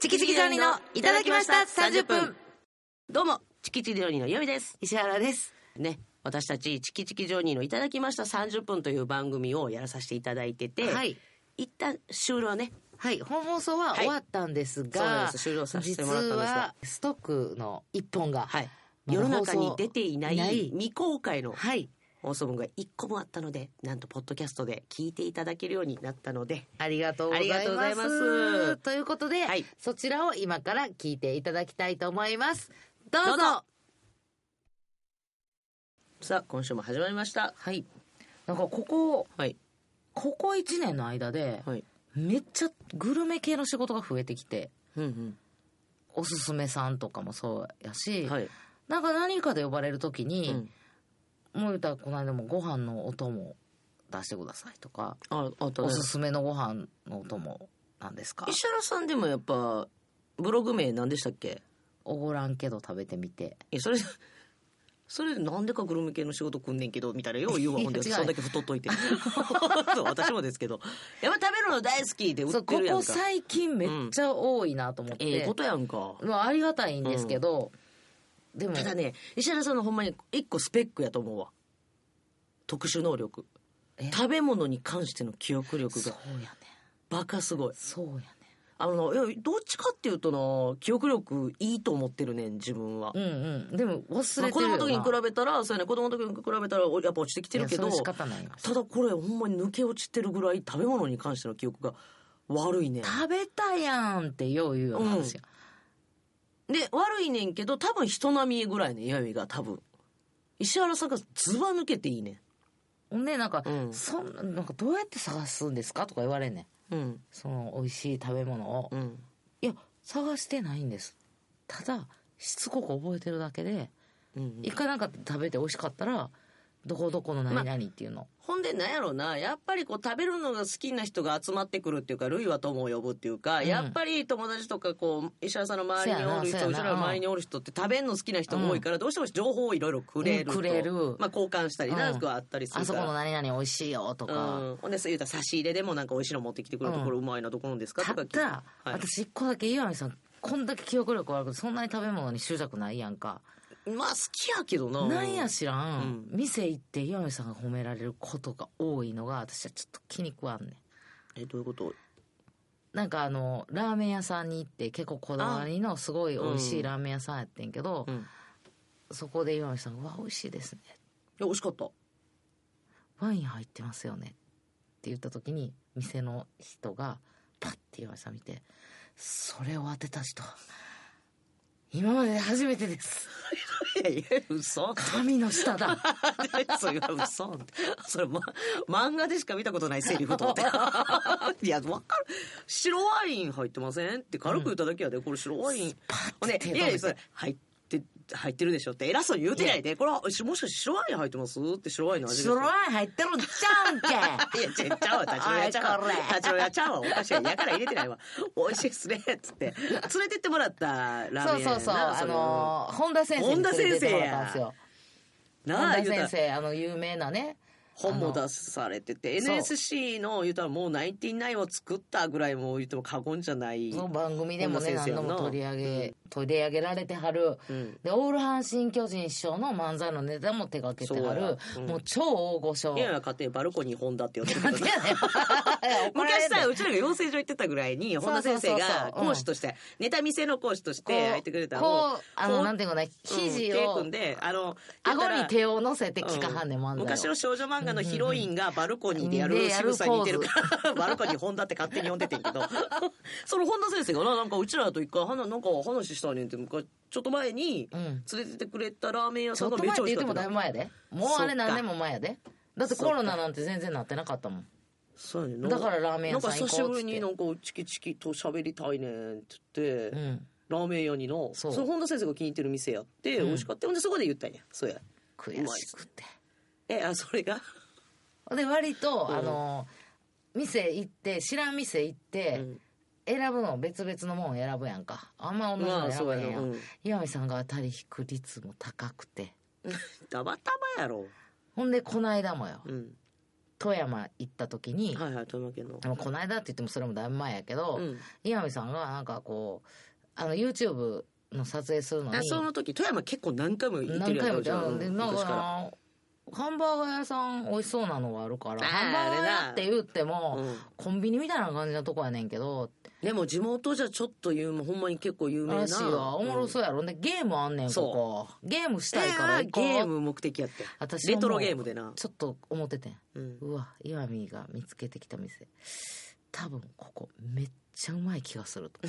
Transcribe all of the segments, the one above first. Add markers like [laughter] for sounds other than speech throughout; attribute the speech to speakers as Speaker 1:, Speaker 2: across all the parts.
Speaker 1: キチキジョニーのいただきました30分
Speaker 2: どうもチキチキジョニーのよみです
Speaker 1: 石原です
Speaker 2: ね私たちチキチキジョニーのいただきました30分という番組をやらさせていただいてて、
Speaker 1: はい
Speaker 2: 一旦終了ね
Speaker 1: はい本放送は終わったんですが、
Speaker 2: はいそうです終了させてもらったんですが
Speaker 1: 実はストックの一本が
Speaker 2: はい
Speaker 1: まだ
Speaker 2: 世の
Speaker 1: 放送
Speaker 2: 中に出ていな
Speaker 1: ない
Speaker 2: い未公開の
Speaker 1: はい
Speaker 2: 放送分が一個もあったのでなんとポッドキャストで聞いていただけるようになったので
Speaker 1: ありがとうござい
Speaker 2: ありがとうござ
Speaker 1: ま
Speaker 2: いますす
Speaker 1: ということで、
Speaker 2: はい
Speaker 1: そちらを今から聞いていただきたいと思いますどうぞ
Speaker 2: どうぞさあ今週も始まりました
Speaker 1: はいなんかここ
Speaker 2: はい
Speaker 1: ここ1年の間で、
Speaker 2: はい
Speaker 1: めっちゃグルメ系の仕事が増えてきて
Speaker 2: うん
Speaker 1: おすすめさんとかもそうやし、
Speaker 2: うんはい、
Speaker 1: なんか何かで呼ばれる時
Speaker 2: う
Speaker 1: に、
Speaker 2: ん、
Speaker 1: もう言ったらこの間もご飯のお供出してくださいとか、
Speaker 2: ああとね
Speaker 1: おすすめのご飯のお供なんですか
Speaker 2: 石原さんでもやっぱブログ名何でしたっけ
Speaker 1: おごらんけど食べてみて
Speaker 2: いやそれ [laughs] それなんでかグルメ系の仕事組んねんけどみたいなよう言うわほんで
Speaker 1: 違う
Speaker 2: そんだけ太
Speaker 1: [laughs]
Speaker 2: っといてそう私もですけどやっぱ食べるの大好きって
Speaker 1: そ
Speaker 2: 売
Speaker 1: う
Speaker 2: っ
Speaker 1: こ
Speaker 2: てるや
Speaker 1: こ
Speaker 2: んか
Speaker 1: 最近めっちゃ多いなと思って、
Speaker 2: ええことやんか
Speaker 1: まあ、ありがたいんですけど、でも
Speaker 2: ただね石原さんのほんまに一個スペックやと思うわ特殊能力
Speaker 1: え
Speaker 2: 食べ物に関しての記憶力
Speaker 1: そう
Speaker 2: が
Speaker 1: やね
Speaker 2: バカすごい
Speaker 1: そうやね
Speaker 2: あのないやどっちかっていうとな記憶力いいと思ってるねん自分は、
Speaker 1: うんうんでも忘
Speaker 2: まあ
Speaker 1: れて
Speaker 2: 子
Speaker 1: るよ
Speaker 2: 供
Speaker 1: な
Speaker 2: の時に比べたらそうやね子供の時に比べたらやっぱ落ちてきてるけ
Speaker 1: い
Speaker 2: ど
Speaker 1: やそれ仕方ないよ
Speaker 2: ただこれほんまに抜け落ちてるぐらい食べ物に関しての記憶が悪いねん
Speaker 1: 食べたやんってよう言うようなんですよ、
Speaker 2: で悪いねんけど多分人並みぐらいねんやみが多分石原さんがずば抜けていいね
Speaker 1: ほんでなんか、
Speaker 2: うん
Speaker 1: そんななんかどうやって探すんですかとか言われんねん
Speaker 2: んうん
Speaker 1: その美味しい食べ物を、
Speaker 2: うん
Speaker 1: いや探してないんですただしつこく覚えてるだけで
Speaker 2: うん
Speaker 1: 一回なんか食べて美味しかったらどこどこの何々っていうの、
Speaker 2: ほんでなんやろなやっぱりこう食べるのが好きな人が集まってくるっていうか類は友を呼ぶっていうか、
Speaker 1: うん
Speaker 2: やっぱり友達とかこう石原さんの周りにお
Speaker 1: そう
Speaker 2: る
Speaker 1: や
Speaker 2: 人
Speaker 1: なそうやな
Speaker 2: うちらの周りにおる人って食べるの好きな人が多いから、どうしても情報をいろいろくれると、
Speaker 1: うんくれる
Speaker 2: まあ、交換したり
Speaker 1: うん
Speaker 2: なんかあったりす
Speaker 1: あ
Speaker 2: る
Speaker 1: そ
Speaker 2: か
Speaker 1: こ
Speaker 2: ら、
Speaker 1: の何々美味しいよとか、
Speaker 2: うん、ほんでそう言うたら差し入れでもなんか美味しいの持ってきてくるところ、うまいなどこのですか
Speaker 1: た
Speaker 2: と
Speaker 1: だ
Speaker 2: か聞いてはい
Speaker 1: 私一個だけ岩見さんこんだけ記憶力悪くてそんなに食べ物に執着ないやんか、
Speaker 2: まあ好きやけどな
Speaker 1: なんや知らん、
Speaker 2: う
Speaker 1: 店行って岩見さんが褒められることが多いのが私はちょっと気に食わんねん
Speaker 2: えどういうこと
Speaker 1: なんかあのラーメン屋さんに行って結構こだわりのすごい美味し
Speaker 2: う
Speaker 1: い
Speaker 2: ん
Speaker 1: ラーメン屋さんやってんけど、
Speaker 2: うんいや
Speaker 1: そこで岩見さんが「うわ美味しいですね
Speaker 2: 美味しかった
Speaker 1: ワイン入ってますよね」って言った時に店の人がパッて岩見さん見て「それを当てた人今までで初めてです
Speaker 2: いやいや嘘
Speaker 1: 神の舌だ」
Speaker 2: [laughs] それは嘘それ、ま、漫画でしか見たことないセリフと思って [laughs] いやわかる白ワイン入ってませんって軽く言っただけやでこれ白ワインほんで
Speaker 1: て
Speaker 2: いやいやそれ入って入ってるでしょって偉そうに言うてないでこれはしもしかして白ワイン入ってますって白ワインの味です
Speaker 1: 白ワイン入ってるんちゃうんけ
Speaker 2: いや、ちっちゃうわ、立ち親ちゃう
Speaker 1: おいこ
Speaker 2: わ
Speaker 1: れ。
Speaker 2: 立ち親ちゃうわ、お菓子は嫌から入れてないわ。美味しいっすね、っつって。連れてってもらったラー
Speaker 1: そう
Speaker 2: メン屋
Speaker 1: そうそうあのー本田先生に連れてってもらったんですよ
Speaker 2: ー、
Speaker 1: 本
Speaker 2: なあ、
Speaker 1: 田
Speaker 2: 言うた
Speaker 1: 先
Speaker 2: ら
Speaker 1: 生あの有名なね
Speaker 2: 本も出されてて、
Speaker 1: あの
Speaker 2: NSC の言うたらもうナインティナインを作ったぐらいも言っても過言じゃない。
Speaker 1: その番組でもね何
Speaker 2: 本田先生
Speaker 1: 度
Speaker 2: の
Speaker 1: も取り上げ取り上げられてはる、
Speaker 2: うん
Speaker 1: でオール阪神・巨人師匠の漫才のネタも手掛けてはる、
Speaker 2: そうやうん
Speaker 1: もう超大御所 [laughs]
Speaker 2: いやいや、家庭バルコニー本田って呼んでるけど
Speaker 1: なんでやねん怒られ
Speaker 2: 昔
Speaker 1: んで
Speaker 2: さうちらが養成所行ってたぐらいに本田先生が講師としてネタ見せの講師として入ってくれた
Speaker 1: こう
Speaker 2: を
Speaker 1: あのなんていうかね肘を
Speaker 2: 手組んであの言った
Speaker 1: 顎
Speaker 2: ら
Speaker 1: に手を乗せて聞かはんねん
Speaker 2: うん
Speaker 1: 漫才を
Speaker 2: 昔の少女漫画のヒロインがバルコニーでや
Speaker 1: で
Speaker 2: る
Speaker 1: や
Speaker 2: 仕
Speaker 1: る
Speaker 2: 草に似てるから、 [laughs] バルコニー本田って勝手に呼んでてん
Speaker 1: [laughs]
Speaker 2: けど、その本田先生がな、なんかうちらと一回、はななんか話したねんって、昔ちょっと前に
Speaker 1: うん
Speaker 2: 連れてってくれたラーメン屋
Speaker 1: ち
Speaker 2: さ
Speaker 1: ょ
Speaker 2: ん
Speaker 1: っと
Speaker 2: が
Speaker 1: 前
Speaker 2: めっ
Speaker 1: って
Speaker 2: ちゃ
Speaker 1: 言って
Speaker 2: 美味しかった
Speaker 1: もだいぶ前やでもうあれ何年も前やでだってコロナなんて全然なってなかったもん
Speaker 2: そうやねんな
Speaker 1: だからラーメン屋さん
Speaker 2: なんか久しぶりに
Speaker 1: 行
Speaker 2: なんかチキチキと喋りたいねんって言って、
Speaker 1: うん
Speaker 2: ラーメン屋にの
Speaker 1: そ
Speaker 2: そうの本田先生が気に入ってる店やって、美味しかったよほんでそこで言ったんやそうや
Speaker 1: 悔しくて
Speaker 2: えあそれが
Speaker 1: で割と、あの店行って知らん店行って、
Speaker 2: うん
Speaker 1: 選ぶの別々のもん選ぶやんかあんま同じの選ぶやんや
Speaker 2: まあそうやなうん
Speaker 1: 岩見さんが当たり引く率も高くて
Speaker 2: たまたまやろ
Speaker 1: ほんでこの間もよ、
Speaker 2: うん
Speaker 1: 富山行った時に、
Speaker 2: はいはい、富山県の。
Speaker 1: でもこの間って言ってもそれもだいぶ前やけど、
Speaker 2: うん。
Speaker 1: 岩見さんがなんかこう、あの YouTube の撮影するのに
Speaker 2: あ、その時、富山結構何回も行って
Speaker 1: 何
Speaker 2: るや
Speaker 1: 回
Speaker 2: ろ
Speaker 1: も
Speaker 2: じゃん。
Speaker 1: でなん
Speaker 2: 昔
Speaker 1: か
Speaker 2: から。
Speaker 1: なハンバーガー屋さん美味しそうなのがあるから、
Speaker 2: あー
Speaker 1: ハンバーガー
Speaker 2: あれ
Speaker 1: 屋
Speaker 2: な
Speaker 1: って言っても、
Speaker 2: うん
Speaker 1: コンビニみたいな感じのとこやねんけど、
Speaker 2: でも地元じゃちょっと有名、ほんまに結構有名な。
Speaker 1: らしいわ。おもろそうやろ。で、ゲームあんねん、
Speaker 2: そう
Speaker 1: ここ。ゲームしたいから
Speaker 2: えー
Speaker 1: 行こう。
Speaker 2: ゲーム目的やって。
Speaker 1: 私はも
Speaker 2: レ
Speaker 1: う
Speaker 2: トロゲームでな。
Speaker 1: ちょっと思っててん。 [laughs]
Speaker 2: うん。
Speaker 1: うわ、岩見が見つけてきた店。多分、ここ、めっちゃうまい気がすると。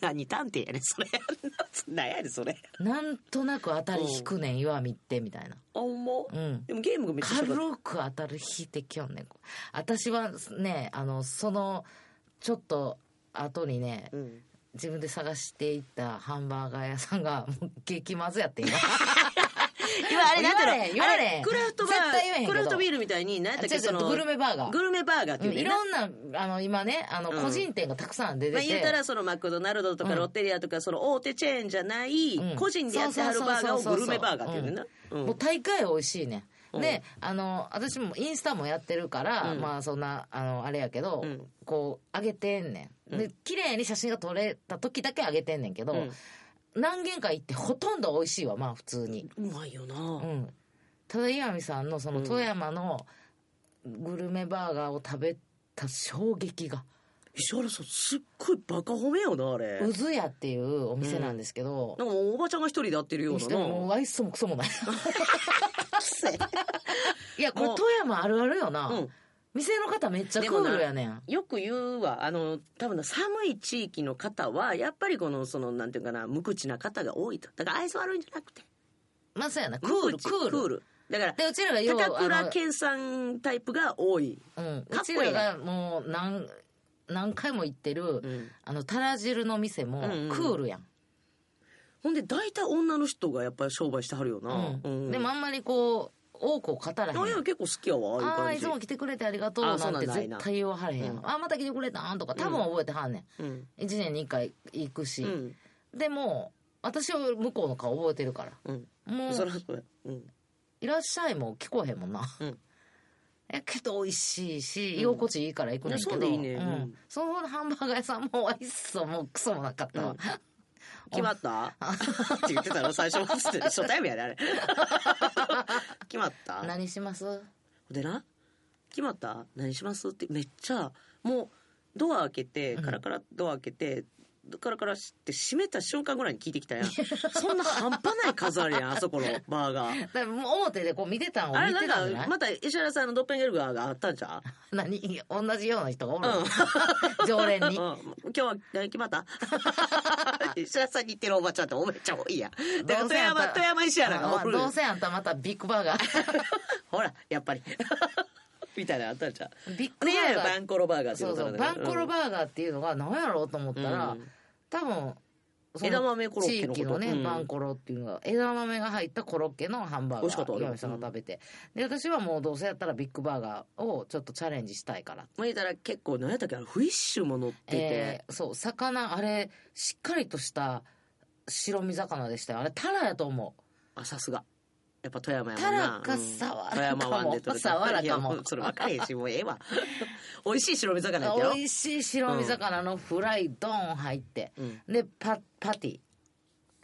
Speaker 2: 何探偵やねん、それ。 [laughs] 何やねん、それ。
Speaker 1: なんとなく当たり引くねん、岩見って、みたいな。
Speaker 2: あ、ほんま
Speaker 1: うん。
Speaker 2: でもゲームがめっちゃ
Speaker 1: 軽
Speaker 2: 良かっ
Speaker 1: く当たる引いてきよんねん。私はね、あの、その、ちょっと、後にね
Speaker 2: た。、うん。
Speaker 1: 自分で探していったハンバーガー屋さんが、もう激まずやってんよ。
Speaker 2: [laughs] 今あれなんだろ
Speaker 1: 言われへん言われへん
Speaker 2: あクラフトバ
Speaker 1: 絶対言えへんけ
Speaker 2: ー、
Speaker 1: ど
Speaker 2: クラフトビールみたいに、何やったっけ、
Speaker 1: 違う違う
Speaker 2: その、
Speaker 1: グルメバーガー
Speaker 2: グルメバーガーって
Speaker 1: うん
Speaker 2: いうね
Speaker 1: い
Speaker 2: ん
Speaker 1: ろ
Speaker 2: な。
Speaker 1: んな、あの、今ね、あの、
Speaker 2: うん
Speaker 1: 個人店がたくさん出て
Speaker 2: まあ
Speaker 1: て。
Speaker 2: 言うたら、そのマクドナルドとか
Speaker 1: うん
Speaker 2: ロッテリアとか、その大手チェーンじゃない
Speaker 1: うん、
Speaker 2: 個人でやってはるバーガーをグルメバーガーっていうねんな。うん
Speaker 1: もう大会美味しいね。
Speaker 2: うん
Speaker 1: で、あの、私もインスタもやってるから、
Speaker 2: うん
Speaker 1: まあそんな、あの、あれやけど、
Speaker 2: うん
Speaker 1: こう、上げてんねん。で、綺麗に写真が撮れた時だけ上げてんねんけど、
Speaker 2: うん
Speaker 1: 何軒か行ってほとんど美味しいわ、まあ普通に。
Speaker 2: うまいよ
Speaker 1: う。
Speaker 2: なん
Speaker 1: ただ岩見さんのその富山のグルメバーガーを食べた衝撃が。
Speaker 2: 石原さん、すっごいバカ褒めよな、あれ。
Speaker 1: うずやっていうお店なんですけど、
Speaker 2: なんかもうおばちゃんが一人でやってるよう
Speaker 1: にして
Speaker 2: な
Speaker 1: ももう
Speaker 2: な。
Speaker 1: ワイスもクソもない。
Speaker 2: せ
Speaker 1: いや、これ
Speaker 2: もう
Speaker 1: 富山あるあるよな。
Speaker 2: うん
Speaker 1: 店の方めっちゃクールやねん。
Speaker 2: よく言うわ、あの、多分な寒い地域の方は、やっぱりこの、その、なんていうかな、無口な方が多いと。だから愛想悪いんじゃなくて。
Speaker 1: まあそうやな、ク
Speaker 2: ク
Speaker 1: ール、クール。
Speaker 2: クール。だから、
Speaker 1: で、うちらがよう、
Speaker 2: 高
Speaker 1: あ
Speaker 2: 倉
Speaker 1: の
Speaker 2: 健さんタイプが多い。
Speaker 1: うん、う
Speaker 2: かっ
Speaker 1: ち
Speaker 2: こい
Speaker 1: ら
Speaker 2: いな
Speaker 1: がもう何、何回も行ってる、
Speaker 2: ん
Speaker 1: あの、たら汁の店も
Speaker 2: うんうんうん
Speaker 1: クールやん。
Speaker 2: ほんで、大体女の人がやっぱり商売してはるよ
Speaker 1: う
Speaker 2: な。
Speaker 1: ん。でもあんまりこう、多くを語らへん。
Speaker 2: あいや結構好きやわ、あ
Speaker 1: あ
Speaker 2: あ
Speaker 1: あ
Speaker 2: い
Speaker 1: いうつも
Speaker 2: 感
Speaker 1: 来てくれてありがとう
Speaker 2: あ
Speaker 1: な
Speaker 2: そうんなん
Speaker 1: て
Speaker 2: だ
Speaker 1: 絶対言わはれへん。
Speaker 2: うん
Speaker 1: あ、また来てくれたんとか多分覚えてはんねん。
Speaker 2: じ。うん。
Speaker 1: 一年に一回行くし。
Speaker 2: うん。
Speaker 1: でも、私は向こうの顔覚えてるから。
Speaker 2: うん。
Speaker 1: もう、
Speaker 2: そらそうや。うん。
Speaker 1: いらっしゃいも聞こえへんもんな。
Speaker 2: うん
Speaker 1: [laughs] えけど美味しいし、
Speaker 2: ん
Speaker 1: 居心地いいから行くねんけど。
Speaker 2: いやそうでいいね
Speaker 1: う
Speaker 2: うん
Speaker 1: ん。そのハンバーガー屋さんも美味しそうもクソもなかったわ。
Speaker 2: 決まったって言ってたの最初初初対面やであ
Speaker 1: [laughs]
Speaker 2: れ決まった
Speaker 1: 何します
Speaker 2: でな決まった何しますってめっちゃもうドア開けてカラカラドア開けて、カラカラして閉めた瞬間ぐらいに聞いてきたやんそんな半端ない数あるやんあそこのバーガー
Speaker 1: だから [laughs] もう表でこう見てたんを
Speaker 2: あれ
Speaker 1: 見
Speaker 2: な
Speaker 1: てたん
Speaker 2: ん
Speaker 1: じゃな
Speaker 2: か
Speaker 1: い
Speaker 2: また石原さんのドッペンゲルガーがあったんじゃん
Speaker 1: 何同じような人がおる、
Speaker 2: うん
Speaker 1: の [laughs] 常連
Speaker 2: [laughs] うん
Speaker 1: に。
Speaker 2: 今日は何決まった石原さんに言ってるおばちゃんっておめっちゃ多いやんだから富山富山石原がお
Speaker 1: あ
Speaker 2: る
Speaker 1: どうせあんたまたビッグバーガー。
Speaker 2: ほら、やっぱり。 [laughs] みたいなのあったんちゃ
Speaker 1: ビッ
Speaker 2: う。
Speaker 1: グバ
Speaker 2: ね [laughs]
Speaker 1: ーガ
Speaker 2: バ
Speaker 1: ー。
Speaker 2: ンコロバーガーってい
Speaker 1: そう
Speaker 2: のか
Speaker 1: そ
Speaker 2: な
Speaker 1: う。バンコロバーガーっていうのが何やろうと思ったら、
Speaker 2: うん
Speaker 1: 多分、その
Speaker 2: 枝豆コロッケのこと
Speaker 1: 地域のね、
Speaker 2: うん
Speaker 1: バンコロっていうのが、枝豆が入ったコロッケのハンバー
Speaker 2: 美味し
Speaker 1: ガ
Speaker 2: かったあ
Speaker 1: ー、
Speaker 2: れ
Speaker 1: 岩見さんが食べて。で、私はもうどうせやったらビッグバーガーをちょっとチャレンジしたいから。
Speaker 2: まあ言ったら結構、何やったっけ、あのフィッシュも乗ってて。
Speaker 1: えーそう、魚、あれ、しっかりとした白身魚でしたよ。あれ、タラやと思う。
Speaker 2: あ、さすが。やっぱ富山やも
Speaker 1: タ
Speaker 2: んな。
Speaker 1: ラかサワラかも
Speaker 2: うん富山湾で取れた
Speaker 1: サワラかも
Speaker 2: いやうそれ分かれへんし、もうええわ。 [laughs] 美味しい白身魚やったよ。
Speaker 1: 美味しい白身魚のフライドーン入って。
Speaker 2: うん。
Speaker 1: で、パ、パティ。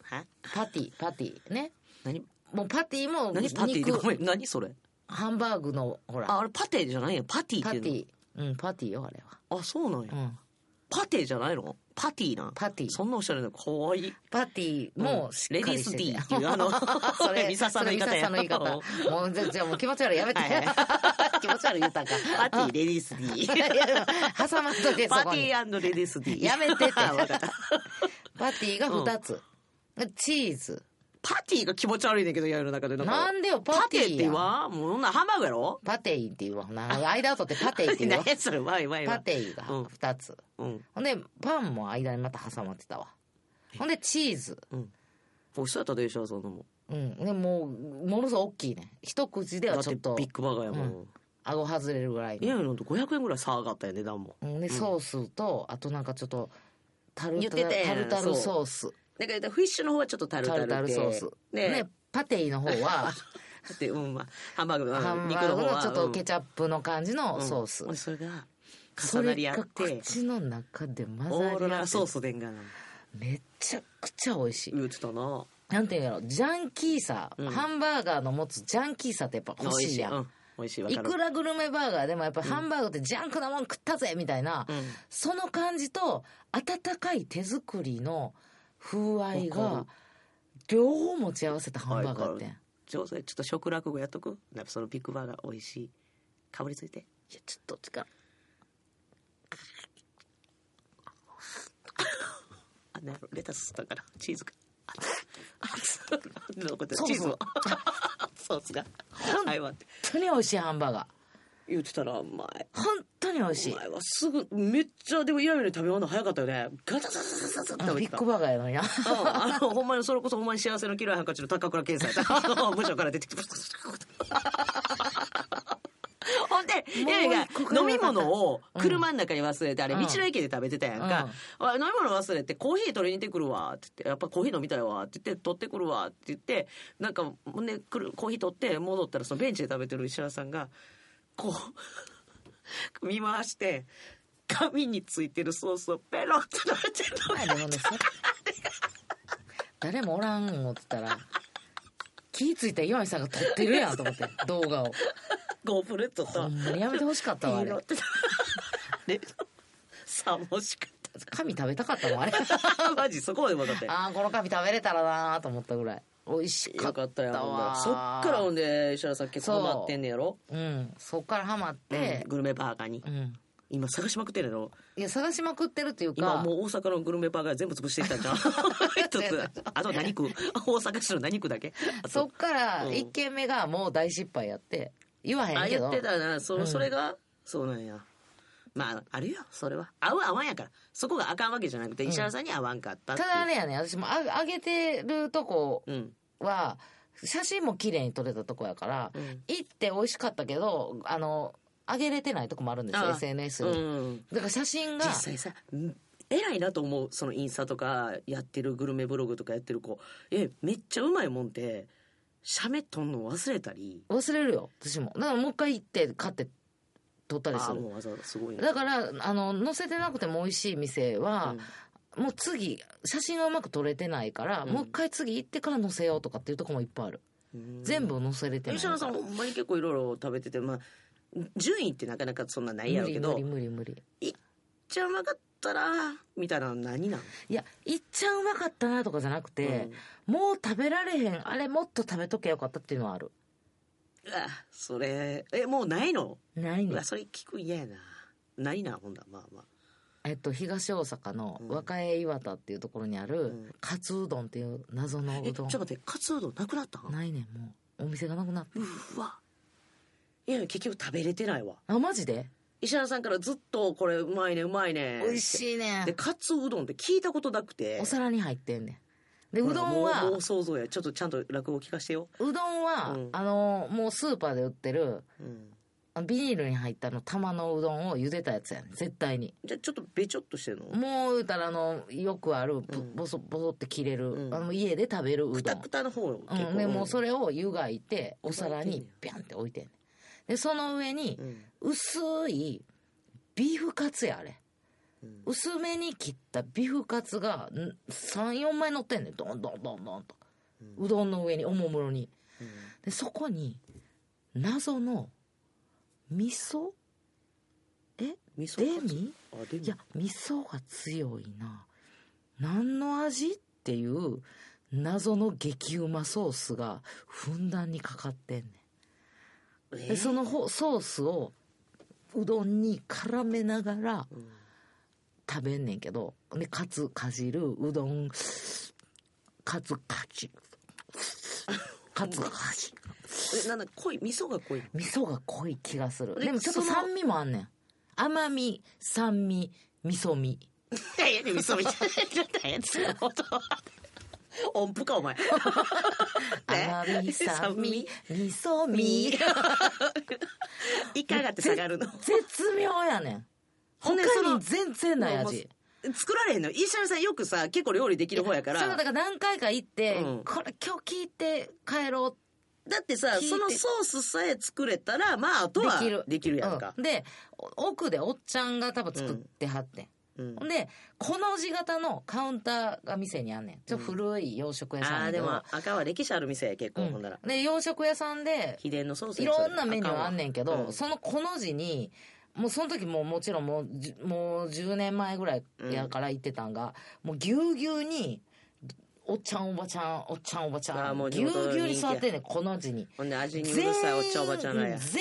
Speaker 2: は
Speaker 1: パティ、パティ。ね。
Speaker 2: 何
Speaker 1: もうパティも
Speaker 2: 何パティっ
Speaker 1: 肉
Speaker 2: てごめん、何それ。
Speaker 1: ハンバーグの、ほら、
Speaker 2: あ、あれパテじゃないやパティ
Speaker 1: パ
Speaker 2: って
Speaker 1: テ
Speaker 2: いうの。
Speaker 1: ィ。うん、パティよ、あれは。
Speaker 2: あ、そうなんや。
Speaker 1: うん。
Speaker 2: パテじゃないのパティなん。
Speaker 1: パティ。
Speaker 2: そんなおしゃれなの、かわいい。
Speaker 1: パティもしっかりしてて、
Speaker 2: レディース D っていうあの
Speaker 1: [laughs] それ、
Speaker 2: [laughs] ミサさんの言い方や
Speaker 1: それミサさんの言い方もう、じゃじゃあもう気持ち悪い、やめて。
Speaker 2: [laughs]
Speaker 1: 気持ち悪い言うたんか。
Speaker 2: パティ、レディース D。
Speaker 1: いやいや挟まっとけ、そ
Speaker 2: パ
Speaker 1: こ
Speaker 2: テ
Speaker 1: に。
Speaker 2: ィレディース D。
Speaker 1: やめてって。
Speaker 2: あわかった
Speaker 1: パティが2つ。チーズ。
Speaker 2: パティが気持ち悪いねんけど、やるの中で。
Speaker 1: なんでよパ
Speaker 2: パ
Speaker 1: ティや
Speaker 2: ティって言わんもうそんなハンバーグやろ
Speaker 1: パテイっていうわ。な間を取ってパテイっていう
Speaker 2: [laughs]
Speaker 1: わ
Speaker 2: 何。やそれ、わいわいわい。
Speaker 1: パテイが
Speaker 2: うん
Speaker 1: 2つ。
Speaker 2: うん。
Speaker 1: ほんで、パンも間にまた挟まってたわ。ほんで、チーズ。
Speaker 2: 美味しそうやったでしょ、そんなもん。
Speaker 1: うん。でもう、ものすごい大きいね。一口で
Speaker 2: だ
Speaker 1: は
Speaker 2: っ
Speaker 1: ち
Speaker 2: て
Speaker 1: ょっと
Speaker 2: ビ、ッグバーガーやもん。
Speaker 1: 顎外れるぐらいの
Speaker 2: いや、なんと500円ぐらい差上がったよ、値段も。
Speaker 1: うんで、ソースと、あとなんかちょっと、タル
Speaker 2: 言っ
Speaker 1: タ
Speaker 2: てたやん
Speaker 1: タルタルソース。
Speaker 2: だから、フィッシュの方はちょっとタル
Speaker 1: タ
Speaker 2: タ
Speaker 1: ルタ
Speaker 2: ル
Speaker 1: ル
Speaker 2: で。
Speaker 1: ソース。ね、パテイの方は、
Speaker 2: だって [laughs] うんまあハンバーグ
Speaker 1: ハ
Speaker 2: の
Speaker 1: ン
Speaker 2: 肉
Speaker 1: バー
Speaker 2: の
Speaker 1: グ
Speaker 2: 方
Speaker 1: の
Speaker 2: は
Speaker 1: ちょっと
Speaker 2: うん
Speaker 1: ケチャップの感じのソース、
Speaker 2: うんそれが
Speaker 1: そ
Speaker 2: 重な
Speaker 1: れ
Speaker 2: り合
Speaker 1: が
Speaker 2: って
Speaker 1: 口の中で混ざり
Speaker 2: オ
Speaker 1: 合
Speaker 2: ーロ
Speaker 1: っ
Speaker 2: ラ
Speaker 1: て
Speaker 2: ソースでんがな
Speaker 1: めちゃくちゃ美味しい、
Speaker 2: 言うてたな
Speaker 1: なんていうんやろジャンキーさ、
Speaker 2: うん
Speaker 1: ハンバーガーの持つジャンキーさってやっぱ
Speaker 2: 美
Speaker 1: 欲
Speaker 2: 味
Speaker 1: し
Speaker 2: し
Speaker 1: い
Speaker 2: い
Speaker 1: やん
Speaker 2: うん美味しいわ
Speaker 1: い
Speaker 2: かる
Speaker 1: くらグルメバーガーでもやっぱ
Speaker 2: ん
Speaker 1: ハンバーグってジャンクなもん食ったぜみたいな、
Speaker 2: うん
Speaker 1: その感じと温かい手作りの風合い
Speaker 2: わか
Speaker 1: が
Speaker 2: る
Speaker 1: 両方持ち合わせたハンバーガーって
Speaker 2: はい上手ちょっと食落語やっとくなんかそのビッグバーガー美味しいかぶりついて
Speaker 1: いやちょっとどっちか
Speaker 2: あなんやろレタスだからチーズがああどこで
Speaker 1: ソース
Speaker 2: チーズを [laughs] ソースがはいわって
Speaker 1: 本当に美味しいハンバーガ
Speaker 2: 言ってたらうまい
Speaker 1: ー本当に美味し
Speaker 2: う
Speaker 1: い
Speaker 2: まいわすぐめっちゃでもイライラに食べ終わるの早かったよねガタガタガタガタって
Speaker 1: あの
Speaker 2: 食べ
Speaker 1: ビ
Speaker 2: てた
Speaker 1: ッグバーガーやのにな
Speaker 2: うんあのほんまにそれこそほんまに幸せの黄色いハンカチの高倉健さんや
Speaker 1: [laughs]
Speaker 2: ったあの部署から出てきてブシュブシュブシュほんで
Speaker 1: もう
Speaker 2: ゆいが
Speaker 1: 一個くれ
Speaker 2: 飲
Speaker 1: なかった
Speaker 2: み物を車の中に忘れて、あれ
Speaker 1: う
Speaker 2: 道
Speaker 1: ん
Speaker 2: の駅で食べてたやんか、あ飲み物忘れてコーヒー取りに行ってくるわって言ってやっぱコーヒー飲みたいわって言って取ってくるわって言ってなんかほんでくるコーヒー取って戻ったらそのベンチで食べてる石原さんがこう [laughs] 見回して紙についてるソースをペロって食べてるの
Speaker 1: まあでもねそれ [laughs] 誰もおらん思ってたら気ぃついた岩見さんが撮ってるやんと思
Speaker 2: [laughs]
Speaker 1: って動画を
Speaker 2: ゴープレットと
Speaker 1: ほんまにやめてほしかったわあ
Speaker 2: [laughs]
Speaker 1: れ
Speaker 2: 色ってたあれさあもしかっ
Speaker 1: 神食べたかった
Speaker 2: [laughs]
Speaker 1: もんあれ
Speaker 2: たらマジそこまで分かって
Speaker 1: ああこの紙食べれたらなーと思ったぐらい美味しか
Speaker 2: よか
Speaker 1: っ
Speaker 2: っ
Speaker 1: た
Speaker 2: たやんほんな
Speaker 1: わ
Speaker 2: らそっからほんで石原さん結構ハマってんねやろ、
Speaker 1: うんそっからハマっ
Speaker 2: うん
Speaker 1: て、
Speaker 2: グルメバーガーに
Speaker 1: うん
Speaker 2: 今探しまくってんやろ
Speaker 1: いや探しまくってるっていう
Speaker 2: 今
Speaker 1: か
Speaker 2: もう大阪のグルメバーガー全部潰していった
Speaker 1: [laughs]
Speaker 2: んじゃん一つあと何区大阪市の何区だけあと
Speaker 1: そっから
Speaker 2: うん
Speaker 1: 1軒目がもう大失敗やって言わへ
Speaker 2: あ
Speaker 1: んけ
Speaker 2: 言
Speaker 1: ど
Speaker 2: ってたなそ,、
Speaker 1: うん
Speaker 2: それがそうなんやまああるよそれは合う合わんやからそこがあかんわけじゃなくて石原さんに合わんかったってい
Speaker 1: た
Speaker 2: う
Speaker 1: だあれやね私もあ上げてるとこ
Speaker 2: うん
Speaker 1: は写真も綺麗に撮れたとこやから、
Speaker 2: うん
Speaker 1: 行って美味しかったけどあの上げれてないとこもあるんですよ
Speaker 2: あ
Speaker 1: SNS に、
Speaker 2: うん
Speaker 1: だから写真が
Speaker 2: 実際さん偉いなと思うそのインスタとかやってるグルメブログとかやってる子えめっちゃうまいもんって写メ撮んの忘れたり
Speaker 1: 忘れるよ私もだからもう一回行って買って撮った
Speaker 2: あ
Speaker 1: りす
Speaker 2: ー
Speaker 1: る
Speaker 2: もうわざわざすごいな
Speaker 1: だからあの載せてなくても美味しい店は、もう次写真がうまく撮れてないから、
Speaker 2: うん
Speaker 1: もう一回次行ってから載せようとかっていうとこもいっぱいある、
Speaker 2: うん
Speaker 1: 全部載せれてない
Speaker 2: 吉野さんほんまに結構いろいろ食べててまあ順位ってなかなかそんなないや
Speaker 1: 無
Speaker 2: ろうけ
Speaker 1: 理無
Speaker 2: ど
Speaker 1: 理
Speaker 2: めっ
Speaker 1: 無理無理
Speaker 2: ちゃうまかったらみたいなの何なん
Speaker 1: いや行っちゃうまかったなとかじゃなくて、もう食べられへんあれもっと食べとけよかったっていうのはある
Speaker 2: うんうわそれえもうないの
Speaker 1: ないね
Speaker 2: うんわそれ聞くん嫌やなないなほんだまあまあ
Speaker 1: えっと、東大阪の
Speaker 2: うん
Speaker 1: 若江岩田っていうところにあ
Speaker 2: ん
Speaker 1: る、カツうどんっていう謎の
Speaker 2: え
Speaker 1: う
Speaker 2: ち
Speaker 1: ど
Speaker 2: ょ
Speaker 1: ん
Speaker 2: っ。と待ってカツうどんなくなったん
Speaker 1: ないねん、もう。お店がなくなって。
Speaker 2: うわいや結局食べれてないわ
Speaker 1: あ、マジで
Speaker 2: 石原さんからずっとこれうまいねうまいね
Speaker 1: 美味しいね
Speaker 2: で
Speaker 1: ん。
Speaker 2: カツうどんって聞いたことなくて
Speaker 1: お皿に入ってんねん。で、うどん
Speaker 2: ほらもうも
Speaker 1: は
Speaker 2: う、想像やちょっとちゃんと落語聞かしてよ、
Speaker 1: うどんは
Speaker 2: うん、
Speaker 1: あの、もうスーパーで売ってる、
Speaker 2: うん
Speaker 1: あビニールに入ったあの玉のうどんを茹でたやつやねん、絶対に。
Speaker 2: じゃあちょっとべちょっとしてるの
Speaker 1: もう言うたら、あの、よくある、ぼ
Speaker 2: うん
Speaker 1: ぼそぼそって切れる
Speaker 2: う、ん
Speaker 1: あの、家で食べるう
Speaker 2: く
Speaker 1: ど
Speaker 2: た
Speaker 1: ん
Speaker 2: く。たの方よ結
Speaker 1: う
Speaker 2: 構
Speaker 1: ん、で
Speaker 2: うん
Speaker 1: もうそれを湯がいて、お皿
Speaker 2: 置いてん
Speaker 1: に
Speaker 2: ねや
Speaker 1: ビャンって置いてんねん。で、その上に
Speaker 2: う、ん
Speaker 1: 薄いビーフカツやあれ
Speaker 2: うん
Speaker 1: 薄めに切ったビーフカツが34枚乗ってんねんどんどんどんどんと
Speaker 2: うん
Speaker 1: うどんの上におもむろに
Speaker 2: うん
Speaker 1: でそこに謎の味噌
Speaker 2: 味噌
Speaker 1: デ
Speaker 2: カツ
Speaker 1: ミ
Speaker 2: あデミ
Speaker 1: いや味噌が強いな何の味っていう謎の激うまソースがふんだんにかかってんねん
Speaker 2: え
Speaker 1: でそのほソースをうどんに絡めながら
Speaker 2: うん
Speaker 1: 食べんねんけどでカツかじるうどんカツかじカツかじ
Speaker 2: えなんだ濃い味噌が濃いの
Speaker 1: 味噌が濃い気がする
Speaker 2: で
Speaker 1: でもちょっと
Speaker 2: その
Speaker 1: 酸味もあんねん甘み酸味味噌味
Speaker 2: 何やねん味噌みたいな何やねんその音音符かお前
Speaker 1: 甘み酸味味噌味
Speaker 2: いかがって下がるの
Speaker 1: 絶妙やねん
Speaker 2: ほんでそ
Speaker 1: 他
Speaker 2: の
Speaker 1: に全然ない味
Speaker 2: 作られへんの石原さんよくさ結構料理できる方やか
Speaker 1: そうだ
Speaker 2: ら
Speaker 1: から何回か行って、
Speaker 2: うん
Speaker 1: これ今日聞いて帰ろう
Speaker 2: だってさ
Speaker 1: 聞いて
Speaker 2: そのソースさえ作れたらまああとは
Speaker 1: できる
Speaker 2: できるやんか
Speaker 1: う、んでお奥でおっちゃんが多分作ってはってん、
Speaker 2: うん
Speaker 1: ほんで、この字型のカウンターが店にあんねん。ちょっと古い洋食屋さん
Speaker 2: ああ
Speaker 1: やけ
Speaker 2: で
Speaker 1: ど
Speaker 2: も赤は歴史ある店や結構、
Speaker 1: うん
Speaker 2: ほんだら
Speaker 1: で、洋食屋さんで、
Speaker 2: 秘伝のソース
Speaker 1: い
Speaker 2: やそれ
Speaker 1: ろんなメニューあんねんけ
Speaker 2: あか
Speaker 1: ど、
Speaker 2: わ
Speaker 1: そのこの字に、もうその時もうもちろんもうじゅ、もう10年前ぐらいやから行ってたんが、もうぎゅうぎゅうに、おっちゃんおばちゃん、おっちゃんおばち
Speaker 2: あ
Speaker 1: ゃ
Speaker 2: ーも
Speaker 1: ん、
Speaker 2: う
Speaker 1: ぎ
Speaker 2: 地
Speaker 1: ゅう
Speaker 2: 元の人気や
Speaker 1: ぎゅうに座ってんねん、この字に。
Speaker 2: ほんで味にうるさいおっちゃんおばちゃんらや
Speaker 1: 全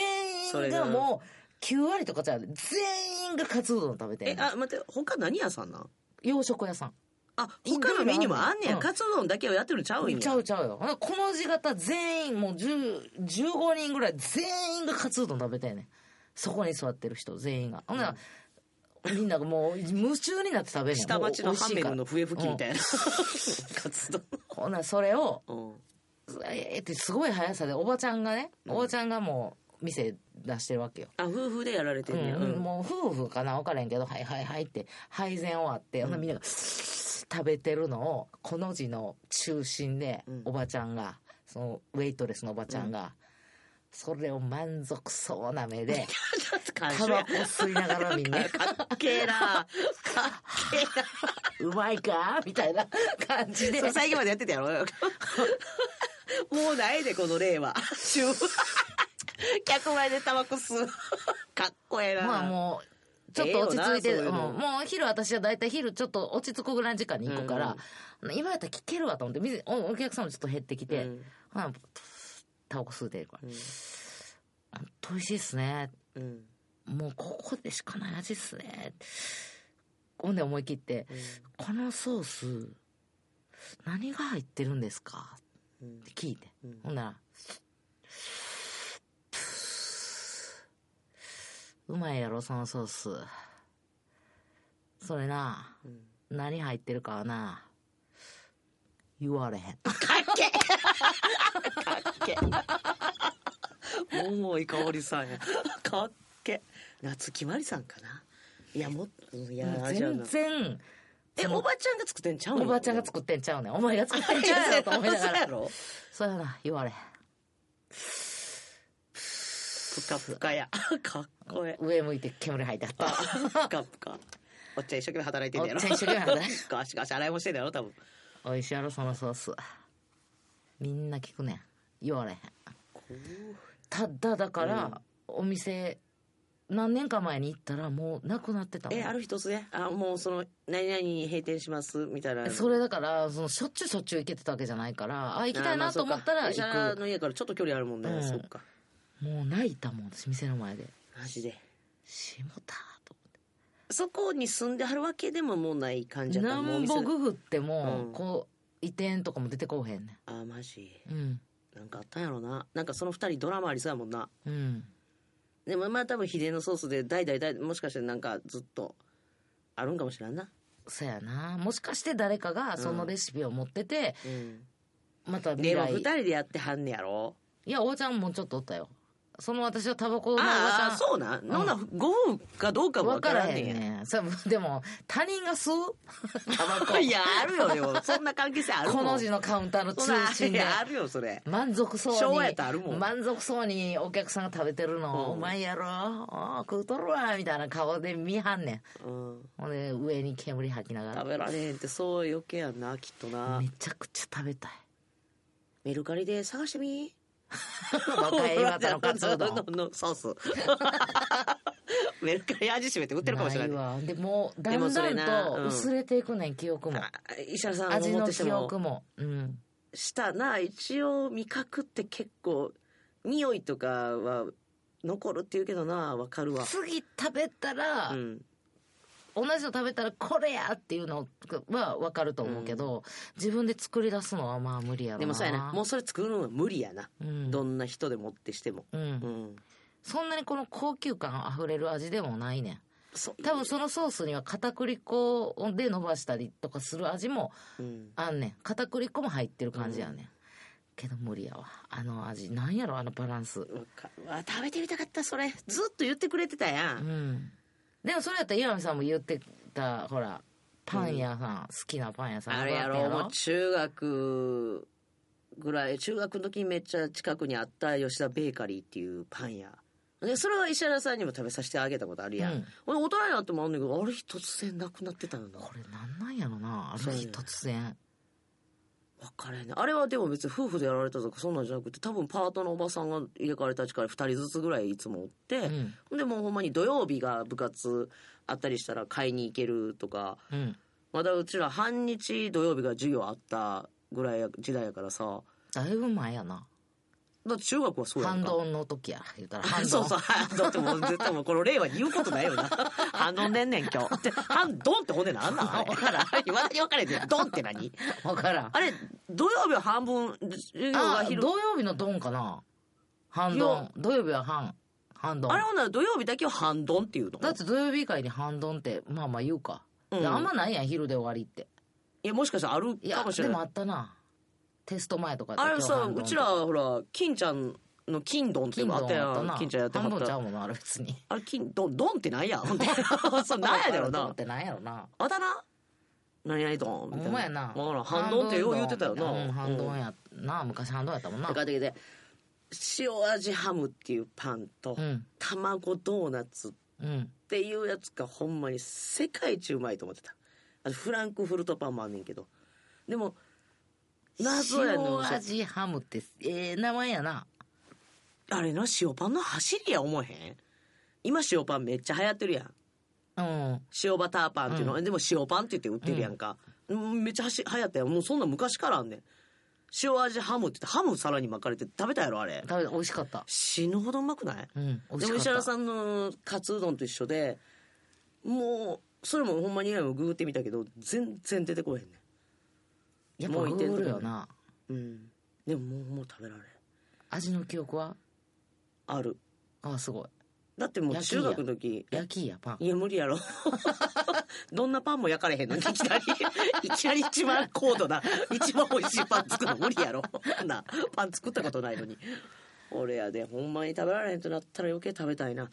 Speaker 2: それ
Speaker 1: 員
Speaker 2: が
Speaker 1: がもう、9割とかじゃない全員がカツうどん食べて
Speaker 2: え
Speaker 1: んねん
Speaker 2: あ待って他何屋さんなん
Speaker 1: 洋食屋さん。
Speaker 2: あ他のメニューもあんねや、
Speaker 1: うん
Speaker 2: カツ丼だけをやってるんちゃうんや
Speaker 1: ちゃうちゃうよ。ほなこの字型全員、もう10 15人ぐらい全員がカツうどん食べてんねん。そこに座ってる人全員が。ほんなら、みんながもう夢中になって食べる
Speaker 2: 下町のハンメルの笛吹きみた
Speaker 1: い
Speaker 2: いな、 [laughs] カツ丼
Speaker 1: ほんならそれを、
Speaker 2: うん
Speaker 1: えーってすごい速さで、おばちゃんがね、おばちゃんがもう店出してるわけよ。
Speaker 2: あ夫婦でやられて
Speaker 1: うん
Speaker 2: ねや、うん
Speaker 1: ん、もう夫婦かな分からへんけど、はいはいはいって、配膳終わって、ほんならみんなが、食べてるのを、この字の中心で
Speaker 2: うん、
Speaker 1: おばちゃんが、そのウェイトレスのおばちゃんが、それを満足そうな目
Speaker 2: [laughs]
Speaker 1: で、
Speaker 2: ちょっと感
Speaker 1: タ
Speaker 2: 傷
Speaker 1: バ
Speaker 2: や
Speaker 1: コ吸いながらみん
Speaker 2: [laughs]
Speaker 1: な、
Speaker 2: かっけえなかっけえな
Speaker 1: うまいかみたいな感じで
Speaker 2: それ、最後までやってたやろもうないでこの例は週客前でタバコ吸うかっこええな、
Speaker 1: まあもう、ちょっと落ち着いて、
Speaker 2: ええよなそういう
Speaker 1: うん
Speaker 2: の
Speaker 1: もう昼私は大体昼ちょっと落ち着くぐらいの時間に行くから、今やったら聞けるわと思って、店おお客さんもちょっと減ってきて、
Speaker 2: うん
Speaker 1: ほなタバコ吸うてるから。ほんと美味しいっすね。
Speaker 2: うんうん
Speaker 1: もうここでしかない味っすね。ほんで思い切って、このソース、何が入ってるんですか
Speaker 2: うん
Speaker 1: って聞いて。
Speaker 2: うん
Speaker 1: ほんなら、うまいやろ、そのソース。それな、
Speaker 2: うん
Speaker 1: 何入ってるかはな、言われへん。
Speaker 2: 桃井かおりさんや。かっけ。夏木まりさんかな。いや、もっと、いや、じゃあ
Speaker 1: 全然、
Speaker 2: え、
Speaker 1: その
Speaker 2: おばちゃんが作ってんちゃうの
Speaker 1: おばちゃんが作ってんちゃうねん。お前が作ってんちゃうやろと思いなが
Speaker 2: [laughs] そうや
Speaker 1: ら。
Speaker 2: ろ
Speaker 1: それはな、言われへん。
Speaker 2: ぷかぷかや。 [laughs] かっこえ
Speaker 1: 上向いて煙吐いてあっ
Speaker 2: え。
Speaker 1: た。
Speaker 2: ぷかぷか。おっちゃん一生懸命働いてんねやろ。
Speaker 1: おっちゃん一生懸命働いて
Speaker 2: [laughs] ガシガシ洗いもしてんねやろ、多分。
Speaker 1: おいしいやろ、そのソース。みんな聞くねん。言われへん。ただ、だから、お店、何年か前に行ったらもうなくなってたの
Speaker 2: え、ある日突然、あ、もうその、何々閉店します、みたいな。
Speaker 1: それだから、そのしょっちゅうしょっちゅう行けてたわけじゃないから、あ、行きたいなと思ったら
Speaker 2: 医者
Speaker 1: 行く。
Speaker 2: の家からちょっと距離あるもんね。
Speaker 1: うん
Speaker 2: そっか。
Speaker 1: もう泣いたもん、私、店の前で。
Speaker 2: マジで。
Speaker 1: しもたと
Speaker 2: そこに住んではるわけでももうない感じやから
Speaker 1: 思って。なんぼ
Speaker 2: もうお店
Speaker 1: ググっても、
Speaker 2: うん
Speaker 1: こう、移転とかも出てこうへんね
Speaker 2: あ、マジ。
Speaker 1: ん。うん。
Speaker 2: なんかあったんやろな。なんかその二人ドラマありそうやもんな。
Speaker 1: うん。
Speaker 2: でもまあ多分秘伝のソースで代々代々もしかしてなんかずっとあるんかもしれんな。
Speaker 1: そやな。もしかして誰かがそのレシピを持ってて、
Speaker 2: うん。
Speaker 1: また未
Speaker 2: でも
Speaker 1: 来
Speaker 2: 二人でやってはんねやろ。
Speaker 1: いや、おばちゃんもちょっとおったよ。その私はタバコのおばち
Speaker 2: あ
Speaker 1: ゃ
Speaker 2: あ、
Speaker 1: ん。
Speaker 2: そうなん。ほな、ご夫婦かどうかもわ
Speaker 1: わ
Speaker 2: か
Speaker 1: からら
Speaker 2: ん
Speaker 1: へん
Speaker 2: ね
Speaker 1: ねん。そうでも、他人が吸うタバコ
Speaker 2: や。。いや、あるよ、でも。 [laughs] そんな関係性あるも
Speaker 1: こ
Speaker 2: ん。
Speaker 1: の字のカウンターの
Speaker 2: そんな
Speaker 1: 中心
Speaker 2: い
Speaker 1: で。
Speaker 2: やあるよ、それ。
Speaker 1: 満足そうに。
Speaker 2: 昭和やったらあるもん
Speaker 1: 満足そうにお客さんが食べてるの、
Speaker 2: うん
Speaker 1: うまいやろああ食うとるわみたいな顔で見はんねん。
Speaker 2: うん。
Speaker 1: ほんで、上に煙吐きなが
Speaker 2: 食
Speaker 1: ら。
Speaker 2: べられへんって、そう余計やんな、きっとな
Speaker 1: め。ちゃくちゃ食べ [laughs] たい。
Speaker 2: メルカリで探してみ。
Speaker 1: 若い岩田のカツうどん。
Speaker 2: のソー [laughs] ス。メルカリ味しめて売ってるかもしれない。
Speaker 1: ないわ。でも、だ
Speaker 2: でも
Speaker 1: ん
Speaker 2: そ
Speaker 1: だ
Speaker 2: れ
Speaker 1: ん
Speaker 2: なうん
Speaker 1: と薄れていくねん、記憶も。
Speaker 2: あ石原さん
Speaker 1: 味
Speaker 2: 思っ
Speaker 1: の
Speaker 2: てして
Speaker 1: 記
Speaker 2: も
Speaker 1: 憶も。うん。
Speaker 2: したな一応味覚って結構匂いとかは残るっていうけどなわかるわ
Speaker 1: 次食べたら、
Speaker 2: うん
Speaker 1: 同じの食べたらこれやっていうのは分かると思うけど、自分で作り出すのはまあ無理やろな
Speaker 2: でもそうやなもうそれ作るのは無理やな、
Speaker 1: うん
Speaker 2: どんな人でもってしても
Speaker 1: うん
Speaker 2: うん
Speaker 1: そんなにこの高級感あふれる味でもないねん
Speaker 2: そ
Speaker 1: 多分そのソースには片栗粉で伸ばしたりとかする味も
Speaker 2: うん
Speaker 1: あんねん片栗粉も入ってる感じやねん、けど無理やわあの味なんやろあのバランス
Speaker 2: わかるわ食べてみたかったそれずっと言ってくれてたや、
Speaker 1: うんんでもそれやったら岩見さんも言ってたほらパン屋さん、好きなパン屋さん
Speaker 2: あれや
Speaker 1: あった
Speaker 2: ろもう中学ぐらい中学の時にめっちゃ近くにあった吉田ベーカリーっていうパン屋でそれは石原さんにも食べさせてあげたことあるやん、
Speaker 1: うん
Speaker 2: 俺大人になってもあんねんけどあれ突然なくなってたんだ
Speaker 1: これなんなんやろなある日突然
Speaker 2: 分からへんねあれはでも別に夫婦でやられたとかそんなんじゃなくて多分パートのおばさんが入れ替わり立ち替わり2人ずつぐらいいつもおって、
Speaker 1: うん
Speaker 2: ほんでもうほんまに土曜日が部活あったりしたら買いに行けるとか
Speaker 1: うん
Speaker 2: まだうちら半日土曜日が授業あったぐらいや時代やからさ
Speaker 1: だいぶ前やな
Speaker 2: だって中学はそうや
Speaker 1: 反
Speaker 2: んか
Speaker 1: 動の時や言う
Speaker 2: [laughs]
Speaker 1: たら反動
Speaker 2: そうそう、だってもう絶対もうこの令和に言うことない
Speaker 1: [laughs]
Speaker 2: よな。反応ねんねん今日。って、反ドンって骨なんなんあれ。から言わに分かれて、ドンって何
Speaker 1: 分からん
Speaker 2: あれ、土曜日は半分、授業が
Speaker 1: あ土
Speaker 2: 昼。
Speaker 1: 曜日のドンかな半ドン土曜日は半半ドン
Speaker 2: あれほんなら土曜日だけは半ドンっていうの
Speaker 1: だって土曜日以外に半ドンってまあまあ言うか、で
Speaker 2: うん
Speaker 1: あんまないやん昼で終わりって
Speaker 2: いや、もしかしたらある
Speaker 1: い
Speaker 2: か
Speaker 1: や
Speaker 2: もしれ
Speaker 1: でも
Speaker 2: な
Speaker 1: あ
Speaker 2: い。
Speaker 1: ったなテスト前とかやった
Speaker 2: あ
Speaker 1: ら
Speaker 2: れさ、
Speaker 1: 今日半ド
Speaker 2: う
Speaker 1: ン
Speaker 2: ちらほら、金ちゃんの金ドンってい
Speaker 1: 金
Speaker 2: うのあ
Speaker 1: ド
Speaker 2: っ
Speaker 1: ン
Speaker 2: た
Speaker 1: や
Speaker 2: や
Speaker 1: った
Speaker 2: ん
Speaker 1: な。
Speaker 2: 金ちゃんやっては
Speaker 1: 半ド
Speaker 2: っ
Speaker 1: ンちゃ
Speaker 2: た。
Speaker 1: うもんなあれ別に
Speaker 2: あれ、金、ドン、ドンってな
Speaker 1: [laughs]
Speaker 2: んやほんで。そう、 [laughs] なんやだろう
Speaker 1: ドン
Speaker 2: な
Speaker 1: っ。てなんやろな
Speaker 2: あだ名何々ドンみたいな。
Speaker 1: ほんまやな
Speaker 2: わからん半ドンってよう言ってたよな。
Speaker 1: うん半ド
Speaker 2: うん
Speaker 1: ンやな昔半ドンやったもんな
Speaker 2: だからで塩味ハムっていうパンと、
Speaker 1: うん
Speaker 2: 卵ドーナツっ
Speaker 1: うん
Speaker 2: ていうやつがほんまに世界一うまいと思ってたあとフランクフルトパンもあんねんけどでも謎やねん
Speaker 1: 塩味ハムってええ名前やな
Speaker 2: あれな塩パンの走りや思えへん今塩パンめっちゃ流行ってるやん
Speaker 1: うん
Speaker 2: 塩バターパンっていうの、でも塩パンって言って売ってるやんか、うんめっちゃはし流行ったやんもうそんなん昔からあんねん塩味ハムって言ってハムさらに巻かれて食べたやろあれ
Speaker 1: 食べて美味しかった
Speaker 2: 死ぬほどうまくない
Speaker 1: うん美味
Speaker 2: で
Speaker 1: しかっ
Speaker 2: も
Speaker 1: た
Speaker 2: 石原さんのカツうどんと一緒でもうそれもほんまに今もググってみたけど全然出てこへんね
Speaker 1: やっぱグーグるよ
Speaker 2: も
Speaker 1: なん
Speaker 2: うんでももうもう食べられん
Speaker 1: 味の記憶は
Speaker 2: ある
Speaker 1: ああすごい
Speaker 2: だってもう
Speaker 1: 焼きや
Speaker 2: 中学の時
Speaker 1: 焼きやパン
Speaker 2: いや無理やろどんなパンも焼かれ
Speaker 1: [laughs]
Speaker 2: へんのにいきなりいきなり一番高度な一番美味しいパン作るの無理やろなパン作ったことないのに俺やでほんまに食べられへんとなったら余計食べたいな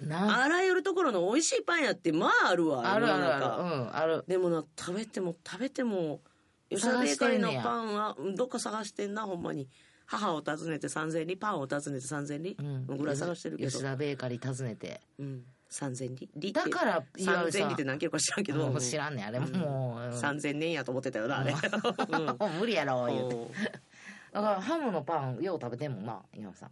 Speaker 1: な
Speaker 2: あらゆるところの美味しいパン屋ってまああるわ
Speaker 1: あるあ
Speaker 2: 世の
Speaker 1: る
Speaker 2: 中
Speaker 1: あるうんある
Speaker 2: でもな食べても食べても吉田ベーカリーのパンはうんどっか探してんなほんまに母を訪ねて3000里パンを訪ねて3000里、
Speaker 1: うん
Speaker 2: ぐらい探してるけど
Speaker 1: 吉、田ベーカリー訪ねて
Speaker 2: うん、3000里里って
Speaker 1: だから言われ
Speaker 2: 3000
Speaker 1: た
Speaker 2: 里って何キロか知らんけど、
Speaker 1: もう知らんねんあれもううん
Speaker 2: 3000年やと思ってたよなあれ、うん
Speaker 1: [laughs] もう無理やろ言うて
Speaker 2: う
Speaker 1: だ
Speaker 2: ん
Speaker 1: からハムのパンよう食べてんもんな今さん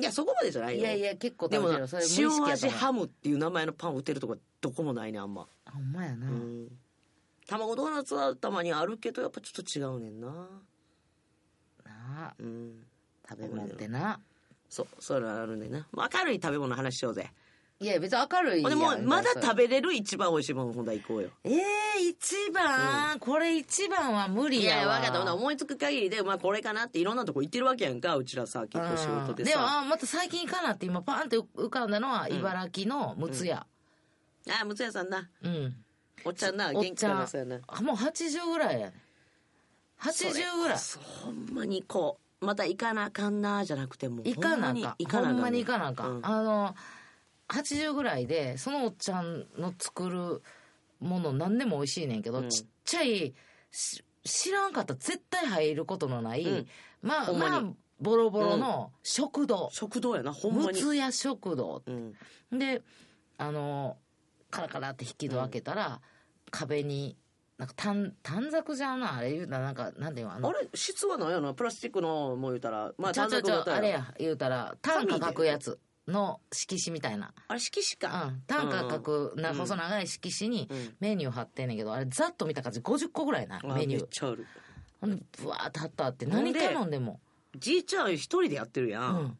Speaker 2: いやそこまでじゃないよ
Speaker 1: いやいや結構
Speaker 2: で
Speaker 1: 食
Speaker 2: も
Speaker 1: べ
Speaker 2: な
Speaker 1: てるそれ無意識
Speaker 2: 塩
Speaker 1: やと
Speaker 2: 味
Speaker 1: 思う
Speaker 2: ハムっていう名前のパン売ってるとこどこもないねあんま
Speaker 1: あほんまやな
Speaker 2: うん卵ドーナツはたまにあるけどやっぱちょっと違うねんな
Speaker 1: なあ
Speaker 2: うん
Speaker 1: 食べ物ってな
Speaker 2: そうそれはあるんでなまあ明るい食べ物の話しようぜ
Speaker 1: いや別に明るいやん
Speaker 2: でもまだ
Speaker 1: それ
Speaker 2: 食べれる一番美味しいものほんだ行こうよ
Speaker 1: ええ一番これ一番は無理
Speaker 2: い
Speaker 1: や
Speaker 2: やいや
Speaker 1: わ
Speaker 2: 分かったほな思いつく限りでまあこれかなっていろんなとこ行ってるわけやんかうちらさ結構仕事で
Speaker 1: うんでも
Speaker 2: さ、
Speaker 1: あまた最近かなって今パーンって浮かんだのは茨城のむつ屋
Speaker 2: ああむつやさんな
Speaker 1: うん、
Speaker 2: おっちゃんな
Speaker 1: おっ
Speaker 2: 元気
Speaker 1: ちゃ
Speaker 2: か
Speaker 1: ん
Speaker 2: なそうやな
Speaker 1: あもう80ぐらいやね80ぐらい
Speaker 2: そうほんまにこうまた行かなあかんなあじゃなくてもう
Speaker 1: 行かなあかんほんまに行かなあかん、
Speaker 2: うん
Speaker 1: あの80ぐらいでそのおっちゃんの作るもの何でも美味しいねんけど、
Speaker 2: うん
Speaker 1: ちっちゃいし知らんかったら絶対入ることのない、
Speaker 2: うん
Speaker 1: まあ
Speaker 2: ほんまに
Speaker 1: まあボロボロの食堂、
Speaker 2: 食堂やなほんま
Speaker 1: む
Speaker 2: に
Speaker 1: つ屋食堂
Speaker 2: うん
Speaker 1: であのカラカラって引き戸開けたら、壁になんか短短冊じゃんなあれ言うたらなんかなんていうのあの
Speaker 2: あれ質はなんやろなプラスチックのもう言うたらまあ
Speaker 1: ちゃう
Speaker 2: 短
Speaker 1: ちゃう
Speaker 2: 冊
Speaker 1: ちゃう
Speaker 2: 型や
Speaker 1: あ
Speaker 2: ろ
Speaker 1: れや言うたら短歌書くやつの色紙みたいな、
Speaker 2: あれ色紙
Speaker 1: う
Speaker 2: か
Speaker 1: ん、短歌書くな
Speaker 2: うん
Speaker 1: 細長い色紙に
Speaker 2: うん
Speaker 1: メニュー貼ってんねんけどあれざっと見た感じ50個ぐらいなメニュ
Speaker 2: めっ
Speaker 1: ー
Speaker 2: ちゃある
Speaker 1: ほんでブワーって貼ったって
Speaker 2: ほん
Speaker 1: 何
Speaker 2: で
Speaker 1: 頼んでも
Speaker 2: じいちゃん一人でやってるや、
Speaker 1: うんん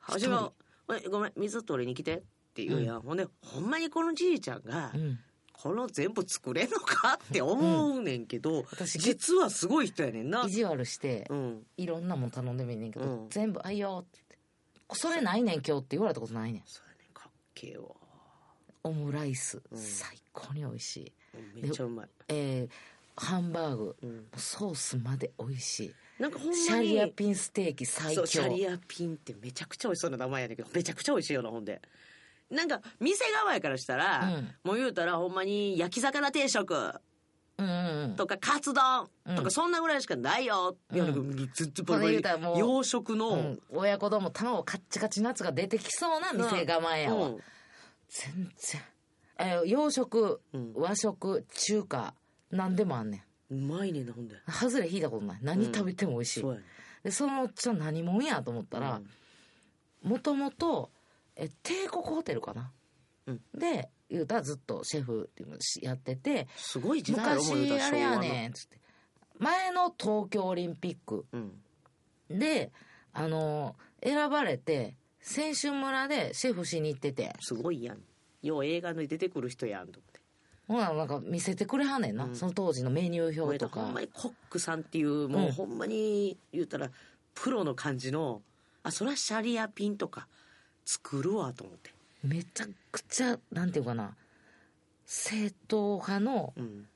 Speaker 2: 初めは「えごめん水取りに来て」って言うやん、ほんでほんまにこのじいちゃんが、
Speaker 1: うん
Speaker 2: この全部作れんのかって思うねんけど、
Speaker 1: 私
Speaker 2: 実はすごい人やねんな
Speaker 1: 意地悪して
Speaker 2: うん
Speaker 1: いろんなもん頼んでもいいねんけど、
Speaker 2: うん
Speaker 1: 全部「あいよ」って言って「それないねん今日」って言われたことないねん
Speaker 2: そうやねんかっけえわ
Speaker 1: オムライス、
Speaker 2: うん
Speaker 1: 最高に美味しい
Speaker 2: めっちゃうまい、
Speaker 1: えー、ハンバーグ
Speaker 2: うん、
Speaker 1: ソースまで美味しい
Speaker 2: なんかほんまに
Speaker 1: シャリアピンステーキ最強
Speaker 2: そうシャリアピンってめちゃくちゃ美味しそうな名前やねんけどめちゃくちゃ美味しいよなほんでなんか店側やからしたら、
Speaker 1: うん
Speaker 2: もう言うたらほんまに焼き魚定食
Speaker 1: うんうん
Speaker 2: とかカツ丼
Speaker 1: うん
Speaker 2: とかそんなぐらいしかないよ、
Speaker 1: うん
Speaker 2: いやなんかずっとバリ
Speaker 1: そ
Speaker 2: バ
Speaker 1: れ
Speaker 2: リ
Speaker 1: 言うたらもう
Speaker 2: 洋食の、
Speaker 1: う
Speaker 2: うん
Speaker 1: ん、親子丼も卵カッチカチのやつが出てきそうな店構えやわ、全然え洋食
Speaker 2: うん
Speaker 1: 和食中華何でもあんねん
Speaker 2: うまいねんなほんで
Speaker 1: 外れ引いたことない何食べても美味しい、
Speaker 2: そうやね
Speaker 1: でそのおっちゃん何もんやと思ったらもともとえ帝国ホテルかな、
Speaker 2: うん
Speaker 1: で言うたらずっとシェフやってて
Speaker 2: すごい時代やろもう言う
Speaker 1: 昔あ
Speaker 2: たら昭
Speaker 1: れ
Speaker 2: 和
Speaker 1: や
Speaker 2: の
Speaker 1: ねんつって前の東京オリンピック
Speaker 2: うん
Speaker 1: であの選ばれて選手村でシェフしに行ってて
Speaker 2: すごいやんよう映画に出てくる人やんと思って
Speaker 1: ほななんか見せてくれはんねんな、
Speaker 2: うん
Speaker 1: その当時のメニュー表と
Speaker 2: ほ
Speaker 1: か
Speaker 2: んまにコックさんっていうもううんほんまに言うたらプロの感じのあそりゃシャリアピンとか作るわと思って、
Speaker 1: めちゃくちゃなんていうかな正統派の
Speaker 2: うん、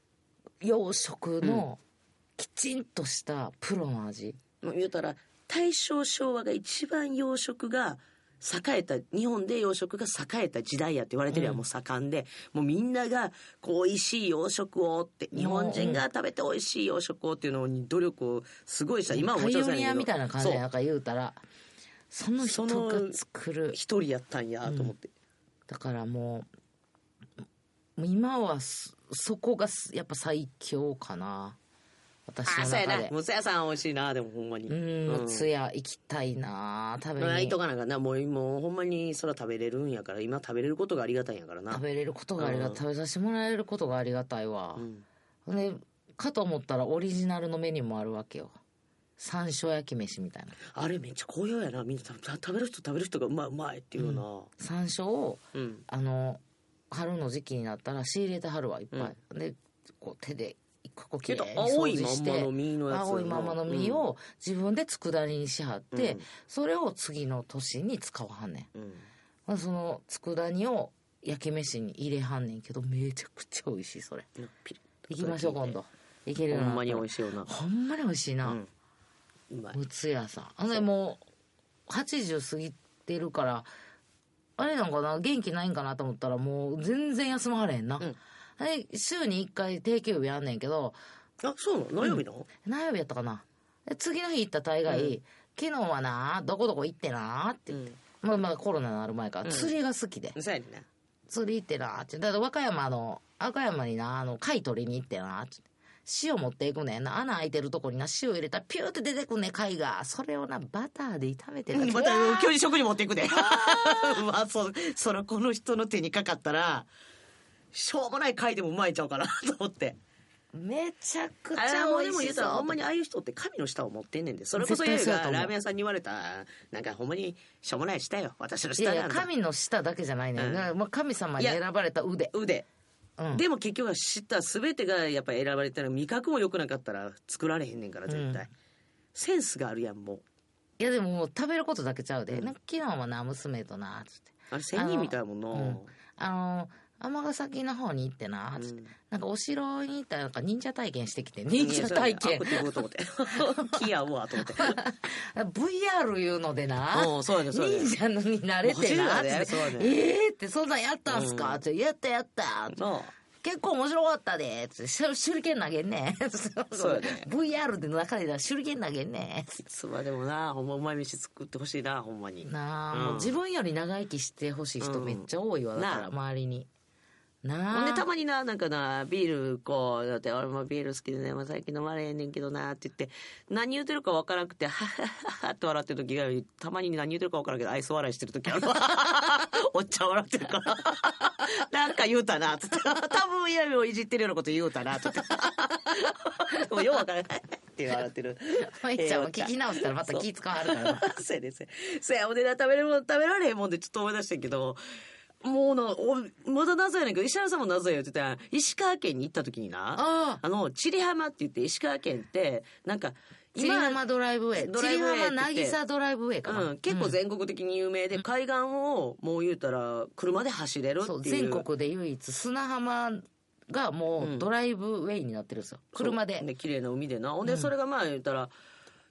Speaker 1: 洋食のきちんとしたプロの味、
Speaker 2: もう言うたら大正昭和が一番洋食が栄えた日本で洋食が栄えた時代やって言われてるやん、
Speaker 1: うん
Speaker 2: もう盛んでもうみんながこう美味しい洋食をって日本人が食べて美味しい洋食をっていうのに努力をすごいした今はも
Speaker 1: パ
Speaker 2: ち
Speaker 1: イ
Speaker 2: ろん
Speaker 1: オ
Speaker 2: そう
Speaker 1: ニ
Speaker 2: や
Speaker 1: ア
Speaker 2: ねん
Speaker 1: み
Speaker 2: け
Speaker 1: たい
Speaker 2: ど
Speaker 1: な感じやなんか言うたらその人
Speaker 2: その
Speaker 1: が作る
Speaker 2: 一人やったんやと思って、
Speaker 1: だからもうもう今はそそこがすやっぱ最強かな私
Speaker 2: あ
Speaker 1: の
Speaker 2: そう
Speaker 1: 中
Speaker 2: やな
Speaker 1: で
Speaker 2: もつ屋さん美味しいなでもほんまに
Speaker 1: うんも
Speaker 2: うん
Speaker 1: つや行きたいな食べ
Speaker 2: ない
Speaker 1: に
Speaker 2: とかなんかなもうもうほんまにそら食べれるんやから今食べれることがありがたいんやからな
Speaker 1: 食べれることがありが
Speaker 2: うん
Speaker 1: 食べさせてもらえることがありがたいわ
Speaker 2: う、ん
Speaker 1: でかと思ったらオリジナルのメニューもあるわけよ山椒焼き飯みたいな
Speaker 2: あれめっちゃ紅葉やなみんな食べ食べる人食べる人がうまいうまいっていうよ
Speaker 1: 山椒を
Speaker 2: なうん
Speaker 1: あの春の時期になったら仕入れてはるわいっぱい、でこう手で一個一個き
Speaker 2: け
Speaker 1: れい
Speaker 2: ど
Speaker 1: に
Speaker 2: 青
Speaker 1: 掃
Speaker 2: い
Speaker 1: 除
Speaker 2: ま
Speaker 1: し
Speaker 2: んま
Speaker 1: て
Speaker 2: の実のやつ
Speaker 1: 青いままの実を自分で佃煮にしはって、
Speaker 2: うん
Speaker 1: それを次の年に使わはんねん
Speaker 2: うんうん
Speaker 1: まあその佃煮を焼き飯に入れはんねんけどめちゃくちゃ美味しいそれ
Speaker 2: なピリッと
Speaker 1: 行きましょう今度行けるよう
Speaker 2: ほ
Speaker 1: になった
Speaker 2: んまに美
Speaker 1: ら
Speaker 2: 味しいよな
Speaker 1: ほんまに美味しいな、
Speaker 2: うんうまい
Speaker 1: むつ屋さんあれもう80過ぎてるからあれなんかな元気ないんかなと思ったらもう全然休まはれへんな、
Speaker 2: ん
Speaker 1: あれ週に1回定休日やんねんけど
Speaker 2: あそうなの何曜日なの
Speaker 1: 何曜日やったかなで次の日行った大概、
Speaker 2: う
Speaker 1: 昨日はなどこどこ行ってなって、
Speaker 2: う
Speaker 1: まあまあコロナになる前から、
Speaker 2: うん
Speaker 1: 釣りが好きで
Speaker 2: んそうやねんな
Speaker 1: 釣り行ってなってだから和歌山の和歌山になあの貝取りに行ってなって塩持っていくねんな穴開いてるとこにな塩入れたらピューって出てくんねん貝がそれをなバターで炒めてるだけ
Speaker 2: また教授職に持っていくで。 [laughs] まあ、そ、そらこの人の手にかかったら、しょうもない回でもうまいちゃうかな [laughs] と思って。
Speaker 1: めちゃくち
Speaker 2: あれ
Speaker 1: ゃ
Speaker 2: もう
Speaker 1: 美
Speaker 2: でも
Speaker 1: 味
Speaker 2: 言
Speaker 1: し
Speaker 2: うたら、
Speaker 1: そ
Speaker 2: ほ
Speaker 1: うん
Speaker 2: まにああいう人って神の舌を持ってんねんで。それこそ
Speaker 1: 絶対
Speaker 2: 言う
Speaker 1: そうやと
Speaker 2: が、
Speaker 1: 思う
Speaker 2: ラーメン屋さんに言われた、なんかほんまにしょうもない舌よ。私の
Speaker 1: い
Speaker 2: 舌
Speaker 1: やい
Speaker 2: な
Speaker 1: や
Speaker 2: んだ。
Speaker 1: 神の舌だけじゃないね、
Speaker 2: うん
Speaker 1: ん、だからまあ神様に選ばれた腕
Speaker 2: 腕。
Speaker 1: うん
Speaker 2: でも結局は知った全てがやっぱ選ばれたら味覚も良くなかったら作られへんねんから絶対、
Speaker 1: うん
Speaker 2: センスがあるやんもう
Speaker 1: いやでももう食べることだけちゃうで、
Speaker 2: うん
Speaker 1: なんか昨日はな娘となつって
Speaker 2: あれ仙人みたいやもんな、
Speaker 1: うんあの尼崎の方に行ってなつって、
Speaker 2: うん
Speaker 1: なんかお城に行ったらなんか忍者体験してきて
Speaker 2: いや
Speaker 1: 忍者体
Speaker 2: そうやねんあ
Speaker 1: 験
Speaker 2: こうやって行こう [laughs] と思って気合うわと [laughs] 思って
Speaker 1: VR いうのでな、
Speaker 2: うんそうやねんそうやねん [laughs]
Speaker 1: 忍者のになれてな、
Speaker 2: マジだね
Speaker 1: つって
Speaker 2: そうやね
Speaker 1: えーって、そんなんやったんすか、
Speaker 2: うん
Speaker 1: って、やったやった、
Speaker 2: な
Speaker 1: 結構面白かったで、つって、手裏剣投げんねん。
Speaker 2: [laughs] そうやね
Speaker 1: VR で中で手裏剣投げんね
Speaker 2: いつまでもなほんまうまい飯作ってほしいなほんまに
Speaker 1: ん。なあ、
Speaker 2: うん
Speaker 1: もう自分より長生きしてほしい人めっちゃ多いわ、
Speaker 2: うん
Speaker 1: だから
Speaker 2: なあ
Speaker 1: 周りに。なあ。
Speaker 2: ほんでたまにななんかなビールこうだって俺もビール好きでね、まあ、最近飲まれへんねんけどなって言って何言うてるかわからなくてハハハハって笑ってる時がたまに何言うてるかわからんけど愛想笑いしてる時あるわ [laughs] おっちゃん笑ってるから [laughs] なんか言うたなっつって多分嫌味をいじってるようなこと言うたなっつってで [laughs] もようわからないって笑ってる
Speaker 1: まいちゃんも聞き直したらまた気使わはるからな。
Speaker 2: [laughs] そうやねそうやそうやお値段食べれるもん食べられへんもんでちょっと思い出したけどもうなおまだ謎やねんけど石原さんも謎やよって言ったら石川県に行った時になあ
Speaker 1: ああ。
Speaker 2: の千里浜って言って石川県ってなんか
Speaker 1: チリハマドライブウェイ。
Speaker 2: ド
Speaker 1: チ
Speaker 2: ライ
Speaker 1: リ
Speaker 2: ブウェイって
Speaker 1: ハ
Speaker 2: 言って
Speaker 1: マ渚ドライブウェイかな。
Speaker 2: うん、結構全国的に有名で、海岸をもう言うたら車で走れる
Speaker 1: そう
Speaker 2: っていう
Speaker 1: 全国で唯一砂浜がもうドライブウェイになってるんですよ、車
Speaker 2: そう
Speaker 1: で
Speaker 2: 綺麗な海でなほんでそれがまあ言ったら、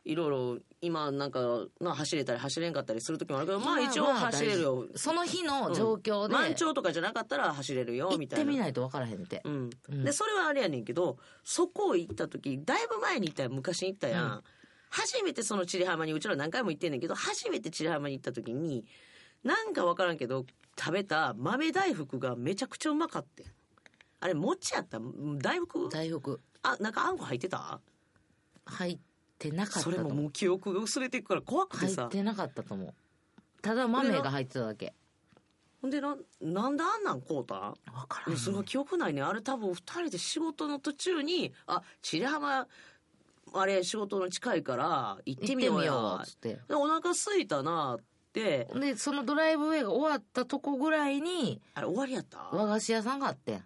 Speaker 2: いろいろ今なんかな走れたり走れんかったりする時もあるけどま
Speaker 1: ま
Speaker 2: あ
Speaker 1: あ
Speaker 2: 一応
Speaker 1: まあ
Speaker 2: 走れるよ、
Speaker 1: その日の状況で、
Speaker 2: 満潮とかじゃなかったら走れるよ
Speaker 1: 行っ
Speaker 2: みたい
Speaker 1: て
Speaker 2: な
Speaker 1: みないと分からへんって
Speaker 2: う。ん
Speaker 1: うん
Speaker 2: でそれはあれやねんけどそこ行った時だいぶ前に行ったやん昔に行ったやん、
Speaker 1: うん
Speaker 2: 初めてその千里浜にうちら何回も行ってんねんけど初めて千里浜に行った時になんか分からんけど食べた豆大福がめちゃくちゃうまかってんあれ餅やったうん大福
Speaker 1: 大福
Speaker 2: あなんかあんこ入ってた
Speaker 1: 入ってなかったと
Speaker 2: それも
Speaker 1: 思
Speaker 2: も
Speaker 1: う。
Speaker 2: う記憶が薄れていくから怖くて
Speaker 1: 入
Speaker 2: さ
Speaker 1: ってなかったと思う。ただ豆が入ってただけ。
Speaker 2: ほんでななんであんなんこうたん
Speaker 1: 分か
Speaker 2: う
Speaker 1: ら
Speaker 2: んそれ
Speaker 1: ん、
Speaker 2: は記憶ないねあれ多分2人で仕事の途中に「あ千里浜あれ仕事の近いから行
Speaker 1: 行
Speaker 2: っ
Speaker 1: って
Speaker 2: て
Speaker 1: み
Speaker 2: み
Speaker 1: よ
Speaker 2: よ
Speaker 1: う
Speaker 2: うや」
Speaker 1: よっつって。
Speaker 2: でお腹空いたなって
Speaker 1: で、そのドライブウェイが終わったとこぐらいに、
Speaker 2: あれ終わりやった
Speaker 1: 和菓子屋さんがあってん。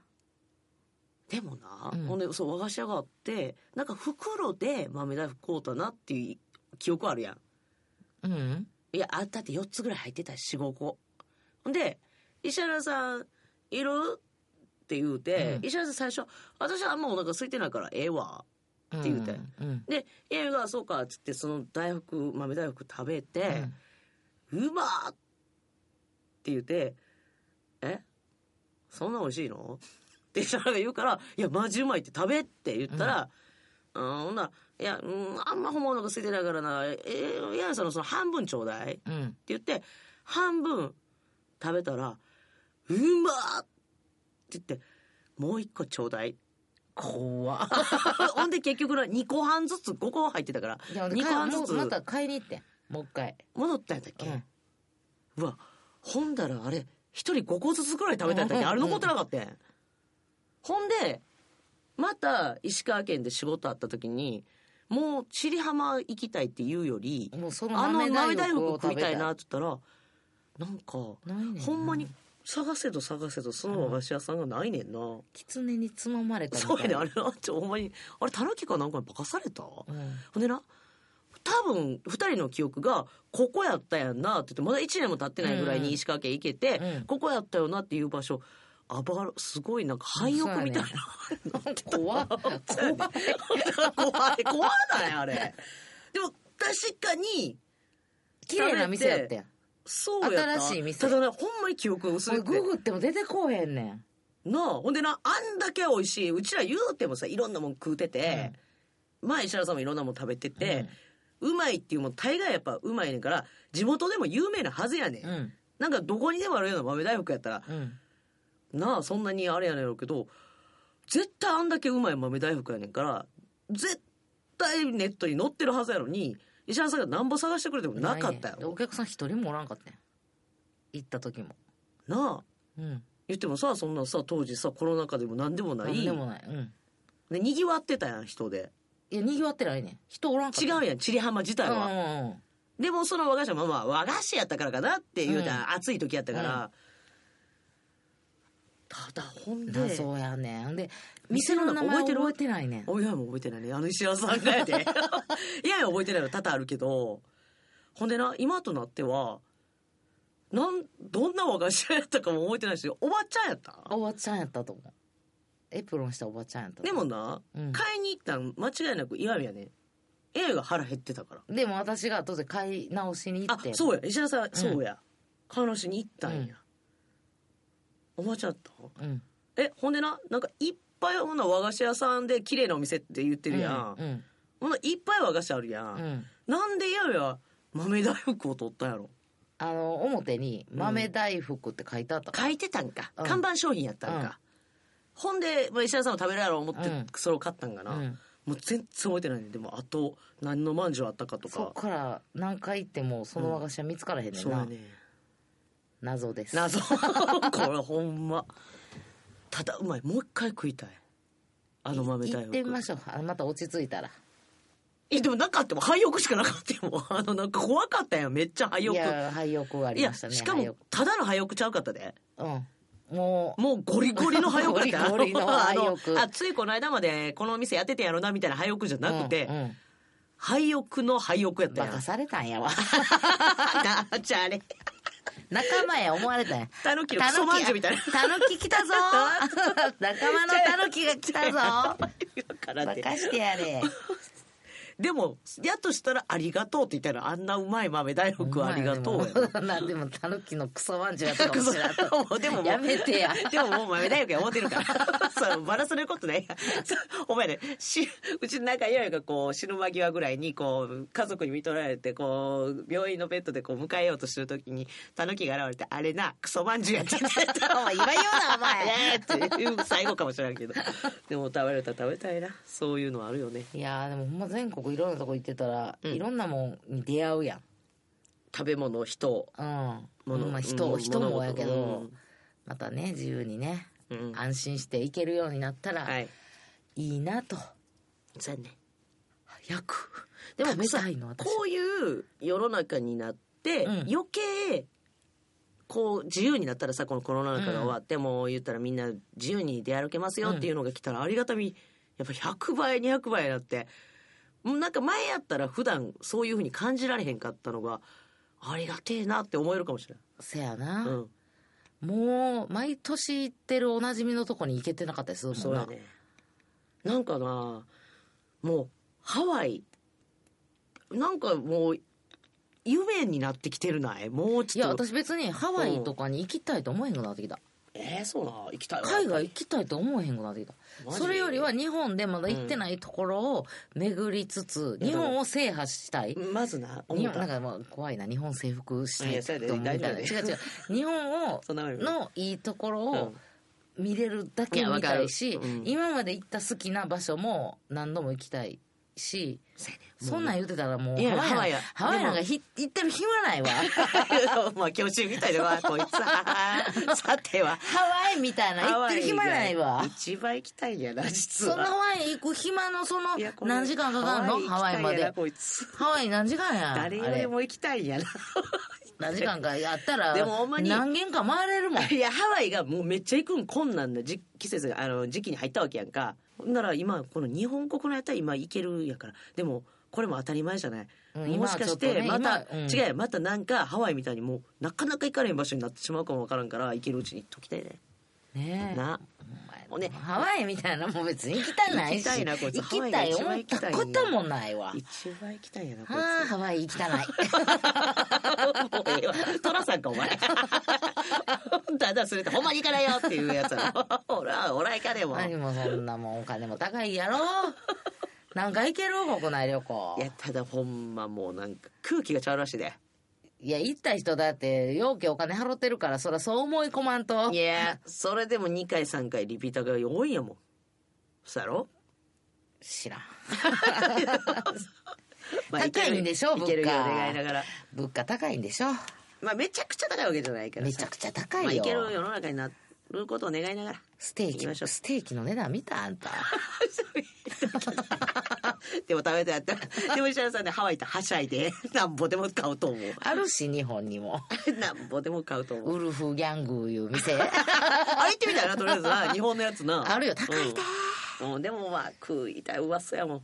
Speaker 2: でもな、
Speaker 1: うん
Speaker 2: ほんでそう和菓子屋があってなんか袋で豆大福買うたなっていう記憶あるやん
Speaker 1: うん。
Speaker 2: いや、あったって4つぐらい入ってたし、4、5個。ほんで、石原さん、いるって言うて、
Speaker 1: うん
Speaker 2: 石原さん最初、私はあんまお腹空いてないから、ええわ。
Speaker 1: って
Speaker 2: 言うて
Speaker 1: うん。
Speaker 2: で、いやが、そうか、っつって、その大福、豆大福食べて、うまーって言うて、えそんな美味しいのって石原が言うから、いや、マジうまいって食べって言ったら、うん、ほんなら、いや、うん、あんまほんまお腹空いてないからな、えー、矢部さんのその半分ちょうだい
Speaker 1: うん。うん。
Speaker 2: って言って、半分食べたら、うまーって言って、もう一個ちょうだい。 [laughs]
Speaker 1: 怖っ。
Speaker 2: ほんで結局な2個半ずつ5個入ってたから、
Speaker 1: いや、
Speaker 2: 2個半ず
Speaker 1: もうま
Speaker 2: つ
Speaker 1: た買いに行ってん。もう一回。
Speaker 2: 戻ったんだっ
Speaker 1: う。
Speaker 2: け、うんわ、ほんだらあれ、1人5個ずつぐらい食べたんだっけ
Speaker 1: うん
Speaker 2: あれ残ってなかったん。ほんで、また石川県で仕事あった時に、もう千里浜行きたいって言うより、
Speaker 1: もうその
Speaker 2: あの
Speaker 1: 豆大
Speaker 2: 豆大福
Speaker 1: 福を
Speaker 2: 食
Speaker 1: 食
Speaker 2: い
Speaker 1: べ
Speaker 2: たいなって言ったら、なんか、
Speaker 1: ないねな
Speaker 2: ほんまに探せど探せどその和菓子屋さんがないねんな。
Speaker 1: 狐につままれたみたい
Speaker 2: そうやねんあれな。ちょ、ほんまに。あれ、タヌキかなんかに化かされたほ
Speaker 1: うん
Speaker 2: んでな、多分、二人の記憶が、ここやったやんなって言って、まだ一年も経ってないぐらい
Speaker 1: うん
Speaker 2: に石川県行けて、
Speaker 1: うん
Speaker 2: ここやったよなっていう場所、あばら、すごいなんか廃屋みたいな。 [laughs]
Speaker 1: 怖っ怖い
Speaker 2: 怖い、怖ないあれ。でも、確かに、
Speaker 1: [laughs] 綺麗な店やってん
Speaker 2: そうやった。
Speaker 1: 新しい店
Speaker 2: ただね、ほんまに記憶が薄
Speaker 1: 俺
Speaker 2: れてて
Speaker 1: ググっても出てこうへんねん
Speaker 2: なあほんでなあんだけ美味しいうちら言うてもさいろんなもん食うてて、前石原さんもいろんなもん食べてて、うまいっていうもん大概やっぱうまいねんから地元でも有名なはずやねん、
Speaker 1: うん
Speaker 2: なんかどこにでもあるような豆大福やったら、
Speaker 1: うん
Speaker 2: なあそんなにあれやねんやろうけど絶対あんだけうまい豆大福やねんから絶対ネットに載ってるはずやのに石原さんがなんぼ探してくれてもなかったや
Speaker 1: ないねん
Speaker 2: ろ
Speaker 1: お客さん一人もおらんかったん行った時も
Speaker 2: なあ
Speaker 1: うん
Speaker 2: 言ってもさそんなさ当時さコロナ禍でも何でもない
Speaker 1: 何でもないうん
Speaker 2: でにぎわってたやん人で
Speaker 1: いや賑わってないねん人おらんかった
Speaker 2: 違うやん、千里浜自体
Speaker 1: うん
Speaker 2: は。
Speaker 1: うんうん
Speaker 2: でもその和菓子は、まあまあ、和菓子やったからかなっていうたら、
Speaker 1: うん
Speaker 2: 暑い時やったから。ただ、ほんで、
Speaker 1: 謎やねんで店の名前覚
Speaker 2: 店の名前覚えて
Speaker 1: えて
Speaker 2: る
Speaker 1: ないねん
Speaker 2: おやも覚えてないね。あの石原さんがやで。いやいや覚えてないの多々あるけど。ほんでな、今となっては、なん、どんな和菓子屋やったかも覚えてないし、おばちゃんやった
Speaker 1: おばちゃんやったと思うエプロンしたおばちゃんやったと
Speaker 2: で
Speaker 1: 思
Speaker 2: も
Speaker 1: う
Speaker 2: な、
Speaker 1: うん
Speaker 2: 買いに行ったん間違いなく岩見やね。A が腹減ってたから。
Speaker 1: でも私が後で買い直しに行
Speaker 2: あ
Speaker 1: って
Speaker 2: そうや石原さんそうや、彼女に行ったんや、おばちゃんやった
Speaker 1: うん
Speaker 2: えほんでななんかいっぱいほな和菓子屋さんで綺麗なお店って言ってるやん、
Speaker 1: うん
Speaker 2: ほないっぱい和菓子あるや、
Speaker 1: うんんうん
Speaker 2: なんでやや豆大福を取ったんやろ
Speaker 1: あの表に「豆大福」って書いてあったから
Speaker 2: 書いてたんか、
Speaker 1: うん
Speaker 2: 看板商品やったんか、
Speaker 1: うん
Speaker 2: ほんで、まあ、石原さんも食べるやろう思って、
Speaker 1: うん
Speaker 2: それを買ったんかな、
Speaker 1: うん
Speaker 2: もう全然覚えてないねでもあと何のまんじゅうあったかと
Speaker 1: そっ
Speaker 2: か
Speaker 1: から何回行ってもその和菓子は見つからへんねん
Speaker 2: そう
Speaker 1: な、
Speaker 2: やね
Speaker 1: 謎です
Speaker 2: 謎 [laughs] これほんまただうまいもう一回食いたいあの豆大
Speaker 1: 行
Speaker 2: 福
Speaker 1: ってみましょうあまた落ち着いたら
Speaker 2: えでもなかったもん廃屋しかなかったよあのなんか怖かったよめっちゃ廃
Speaker 1: い
Speaker 2: 屋いや,、
Speaker 1: や廃屋がありましたね
Speaker 2: しか
Speaker 1: 廃
Speaker 2: もただの廃屋ちゃうかったで
Speaker 1: 屋うんも
Speaker 2: もうゴリゴリの廃屋だった
Speaker 1: ゴリゴリの
Speaker 2: あ
Speaker 1: 廃
Speaker 2: の
Speaker 1: 屋
Speaker 2: あのあついこの間までこのお店やっててんやろなみたいな廃屋じゃ
Speaker 1: う
Speaker 2: なくて、
Speaker 1: うんうん
Speaker 2: 廃屋の廃屋やった
Speaker 1: 化
Speaker 2: よ
Speaker 1: かされたんやわ [laughs]
Speaker 2: なじゃああれ
Speaker 1: 仲間や思われたんや
Speaker 2: タヌキのクソまんじゅうみたいな
Speaker 1: たぬき来た
Speaker 2: [laughs]
Speaker 1: ぞ仲間のたぬきが来たぞ
Speaker 2: [laughs] だからっ
Speaker 1: 化
Speaker 2: て
Speaker 1: かしてやれ
Speaker 2: でもやとしたら「ありがとう」って言ったらあんなうまい豆大福ありがとうやな
Speaker 1: う。なんでも、 [laughs] たぬきのクソまんじゅうやったかもしれない。
Speaker 2: も [laughs] うでももう
Speaker 1: やめてや。
Speaker 2: でももう豆大福や思ってるからそうバラされることないやんそうお前ねしうちの仲いいやがこう死ぬ間際ぐらいにこう家族に見とられてこう病院のベッドでこう迎えようとしてる時にタヌキが現れて「あれなクソまんじゅうや」って言ってた
Speaker 1: お前今言うな、お前。
Speaker 2: えーっていう最後かもしれないけどでも食べれたら食べたいなそういうのはあるよね
Speaker 1: いやーでもほんま全国いろんなとこ行ってたら、
Speaker 2: うん
Speaker 1: いろんなもんに出会うやん。
Speaker 2: 食べ物人
Speaker 1: うん。ほ
Speaker 2: 物
Speaker 1: んま人、
Speaker 2: うん
Speaker 1: 人もやけど、
Speaker 2: 物事
Speaker 1: またね、自由にね、
Speaker 2: うんうん
Speaker 1: 安心して行けるようになったら、、
Speaker 2: はいい
Speaker 1: いなと。
Speaker 2: そうやね
Speaker 1: 早く。
Speaker 2: でも
Speaker 1: 食べたいの、私。
Speaker 2: こういう世の中になって、
Speaker 1: うん
Speaker 2: 余計こう自由になったらさこのコロナ禍が終わって、もう言ったらみんな自由に出歩けますよっていうのが来たらありがたみやっぱ100倍200倍になってもうなんか前やったら普段そういうふうに感じられへんかったのがありがてえなって思えるかもしれ
Speaker 1: せやな。
Speaker 2: ない、うん、
Speaker 1: もう、毎年行ってるおなじみのとこに行けてなかったりするもんな。
Speaker 2: そうやねなんかなもうハワイなんかもう夢になってきてるないもう
Speaker 1: い
Speaker 2: ち
Speaker 1: や、
Speaker 2: ょっと
Speaker 1: 私別にハワイとかに行きたいと思えへんくなってきた。
Speaker 2: えー、そうな行きたいわ
Speaker 1: 海外行きたいと思えへんくなってきた。
Speaker 2: マジで
Speaker 1: それよりは日本でまだ行ってないところを巡りつつ、日本を制覇したい。
Speaker 2: まずな思
Speaker 1: 日
Speaker 2: っ
Speaker 1: 本なん
Speaker 2: た
Speaker 1: かもう怖いな、日本征服した
Speaker 2: い
Speaker 1: い
Speaker 2: やそうやで
Speaker 1: と思うみたいな。違
Speaker 2: 大
Speaker 1: う
Speaker 2: 丈夫
Speaker 1: 違う。日本を、
Speaker 2: そんなもんよ
Speaker 1: のいいところを見れるだ
Speaker 2: い
Speaker 1: け
Speaker 2: やわ
Speaker 1: 見
Speaker 2: か
Speaker 1: た
Speaker 2: る
Speaker 1: いし
Speaker 2: うん、
Speaker 1: 今まで行った好きな場所も何度も行きたいし、そんなん言ってたらもう、
Speaker 2: いや
Speaker 1: ハワイ
Speaker 2: ハワイや
Speaker 1: な、ハワイなんかひ行ってる暇ない
Speaker 2: [laughs]
Speaker 1: わ。
Speaker 2: うん [laughs] まあ教習みたいで
Speaker 1: [laughs]
Speaker 2: わこいつはさては
Speaker 1: ハワイみたいな、行ってる暇ない
Speaker 2: ハワ
Speaker 1: わ
Speaker 2: イが。一番行きたいんやな実は
Speaker 1: そんなハワイ行く暇のその
Speaker 2: いやこれ
Speaker 1: 何時間かかるのハワイ
Speaker 2: 行
Speaker 1: ま
Speaker 2: きたいんやな
Speaker 1: で。
Speaker 2: こいつ
Speaker 1: ハワイ何時間やん。
Speaker 2: 誰よりも行きたいんやな
Speaker 1: あれ何時間かやったら、
Speaker 2: でもほんまに
Speaker 1: 何軒か回れ
Speaker 2: [laughs]
Speaker 1: るもん。
Speaker 2: いやハワイがもうめっちゃ行くん困難な時季節があの時期に入ったわけやんかほんなら今この日本国のやったら今行けるやからでもこれも当たり前じゃない、
Speaker 1: うん
Speaker 2: もしかして
Speaker 1: 今
Speaker 2: ま
Speaker 1: はちょ
Speaker 2: た、
Speaker 1: っとね今うん
Speaker 2: 違うよまたなんかハワイみたいにもうなかなか行かれへん場所になってしまうかもわからんから行けるうちに行っときたいね
Speaker 1: ねえ。
Speaker 2: な
Speaker 1: お前ハワイみたいなもん別に行きたないし。
Speaker 2: 行きたいなこいつ
Speaker 1: 行きたい
Speaker 2: ハワ
Speaker 1: 思
Speaker 2: イ
Speaker 1: っ
Speaker 2: が一番行きた
Speaker 1: た
Speaker 2: いんや
Speaker 1: こともないわ。
Speaker 2: 一番行きたいんやなこい
Speaker 1: ああ、ハワイ行きたない。
Speaker 2: つもうええわ [laughs] トラさんか
Speaker 1: [laughs]
Speaker 2: お前だだすれてほんまに行かないよっていうやつ
Speaker 1: [laughs]
Speaker 2: やろほらほら行かねえもん
Speaker 1: 何もそんなもんお金も高いや
Speaker 2: [laughs]
Speaker 1: ろ。なんか行ける国内旅行
Speaker 2: い。やただほんまもうなんか空気がちゃうらしいで、
Speaker 1: いや、行った人だって、ようけお金払ってるから、そらそう思い込まんと
Speaker 2: い。や、それでも2回3回リピーターが多いんやもん。そうやろ
Speaker 1: 知らん。
Speaker 2: まあ
Speaker 1: 高いんでしょ
Speaker 2: いけるいけるよ
Speaker 1: 物価
Speaker 2: 願いながら。
Speaker 1: 物価高いんでしょ
Speaker 2: まあ、めちゃくちゃ高いわけじゃないから
Speaker 1: め
Speaker 2: さ
Speaker 1: ちゃくちゃ高
Speaker 2: まあ、
Speaker 1: い
Speaker 2: い
Speaker 1: よ。
Speaker 2: ける世の中になることを願いなが [laughs] ら。
Speaker 1: ステー
Speaker 2: 行きましょ
Speaker 1: キ、
Speaker 2: う
Speaker 1: ステーキの値段見たあ [laughs] んた。
Speaker 2: でも食べたやったら。でも石原さんね、ハワイとはしゃいで、なんぼでも買うと思う。
Speaker 1: あるし、日本にも。
Speaker 2: [laughs] なんぼでも買うと思う。
Speaker 1: ウルフギャングいう [laughs] 店。
Speaker 2: あれ行ってみたいな、とりあえずな。 [laughs] 日本のやつな。
Speaker 1: あるよ高いで
Speaker 2: うん。うん、でもまあ、食いたい、うわそうやもん。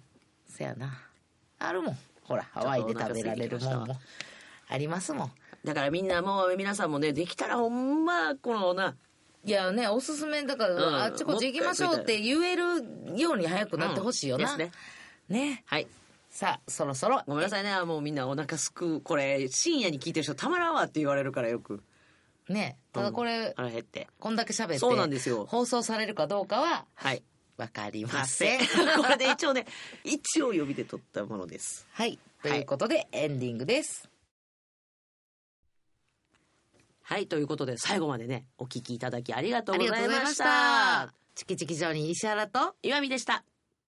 Speaker 1: そやな。あるもん。ほら、ハワイで食べられるもんも。ありますもん。
Speaker 2: だからみんなもう、皆さんもね、できたらほんま、このな、
Speaker 1: いやね、おすすめ、だから、
Speaker 2: うん
Speaker 1: あっちこっち行きましょうって言えるように早くなってほしいよな。
Speaker 2: うんですね。
Speaker 1: ね。
Speaker 2: はい。
Speaker 1: さあ、そろそろ。
Speaker 2: ごめんなさいね、もうみんなお腹すくう。これ、深夜に聞いてる人たまらんわって言われるからよく。
Speaker 1: ね。ただこれ、
Speaker 2: 腹減って。
Speaker 1: こんだけ喋って、
Speaker 2: そうなんですよ
Speaker 1: 放送されるかどうかは、
Speaker 2: はい。
Speaker 1: わかりま
Speaker 2: 発
Speaker 1: せ
Speaker 2: 生。
Speaker 1: ん。 [laughs]
Speaker 2: [laughs] これで一応ね、一応予備で撮ったものです。
Speaker 1: はい。ということで、エンディングです。
Speaker 2: はい、ということで、最後までね、お聞きいただきありがと
Speaker 1: あ
Speaker 2: う
Speaker 1: り
Speaker 2: ご
Speaker 1: が
Speaker 2: ざ
Speaker 1: とう
Speaker 2: い
Speaker 1: ござい
Speaker 2: ま
Speaker 1: ま
Speaker 2: し
Speaker 1: したた。。チキチキ上に石原と、
Speaker 2: 岩見でした。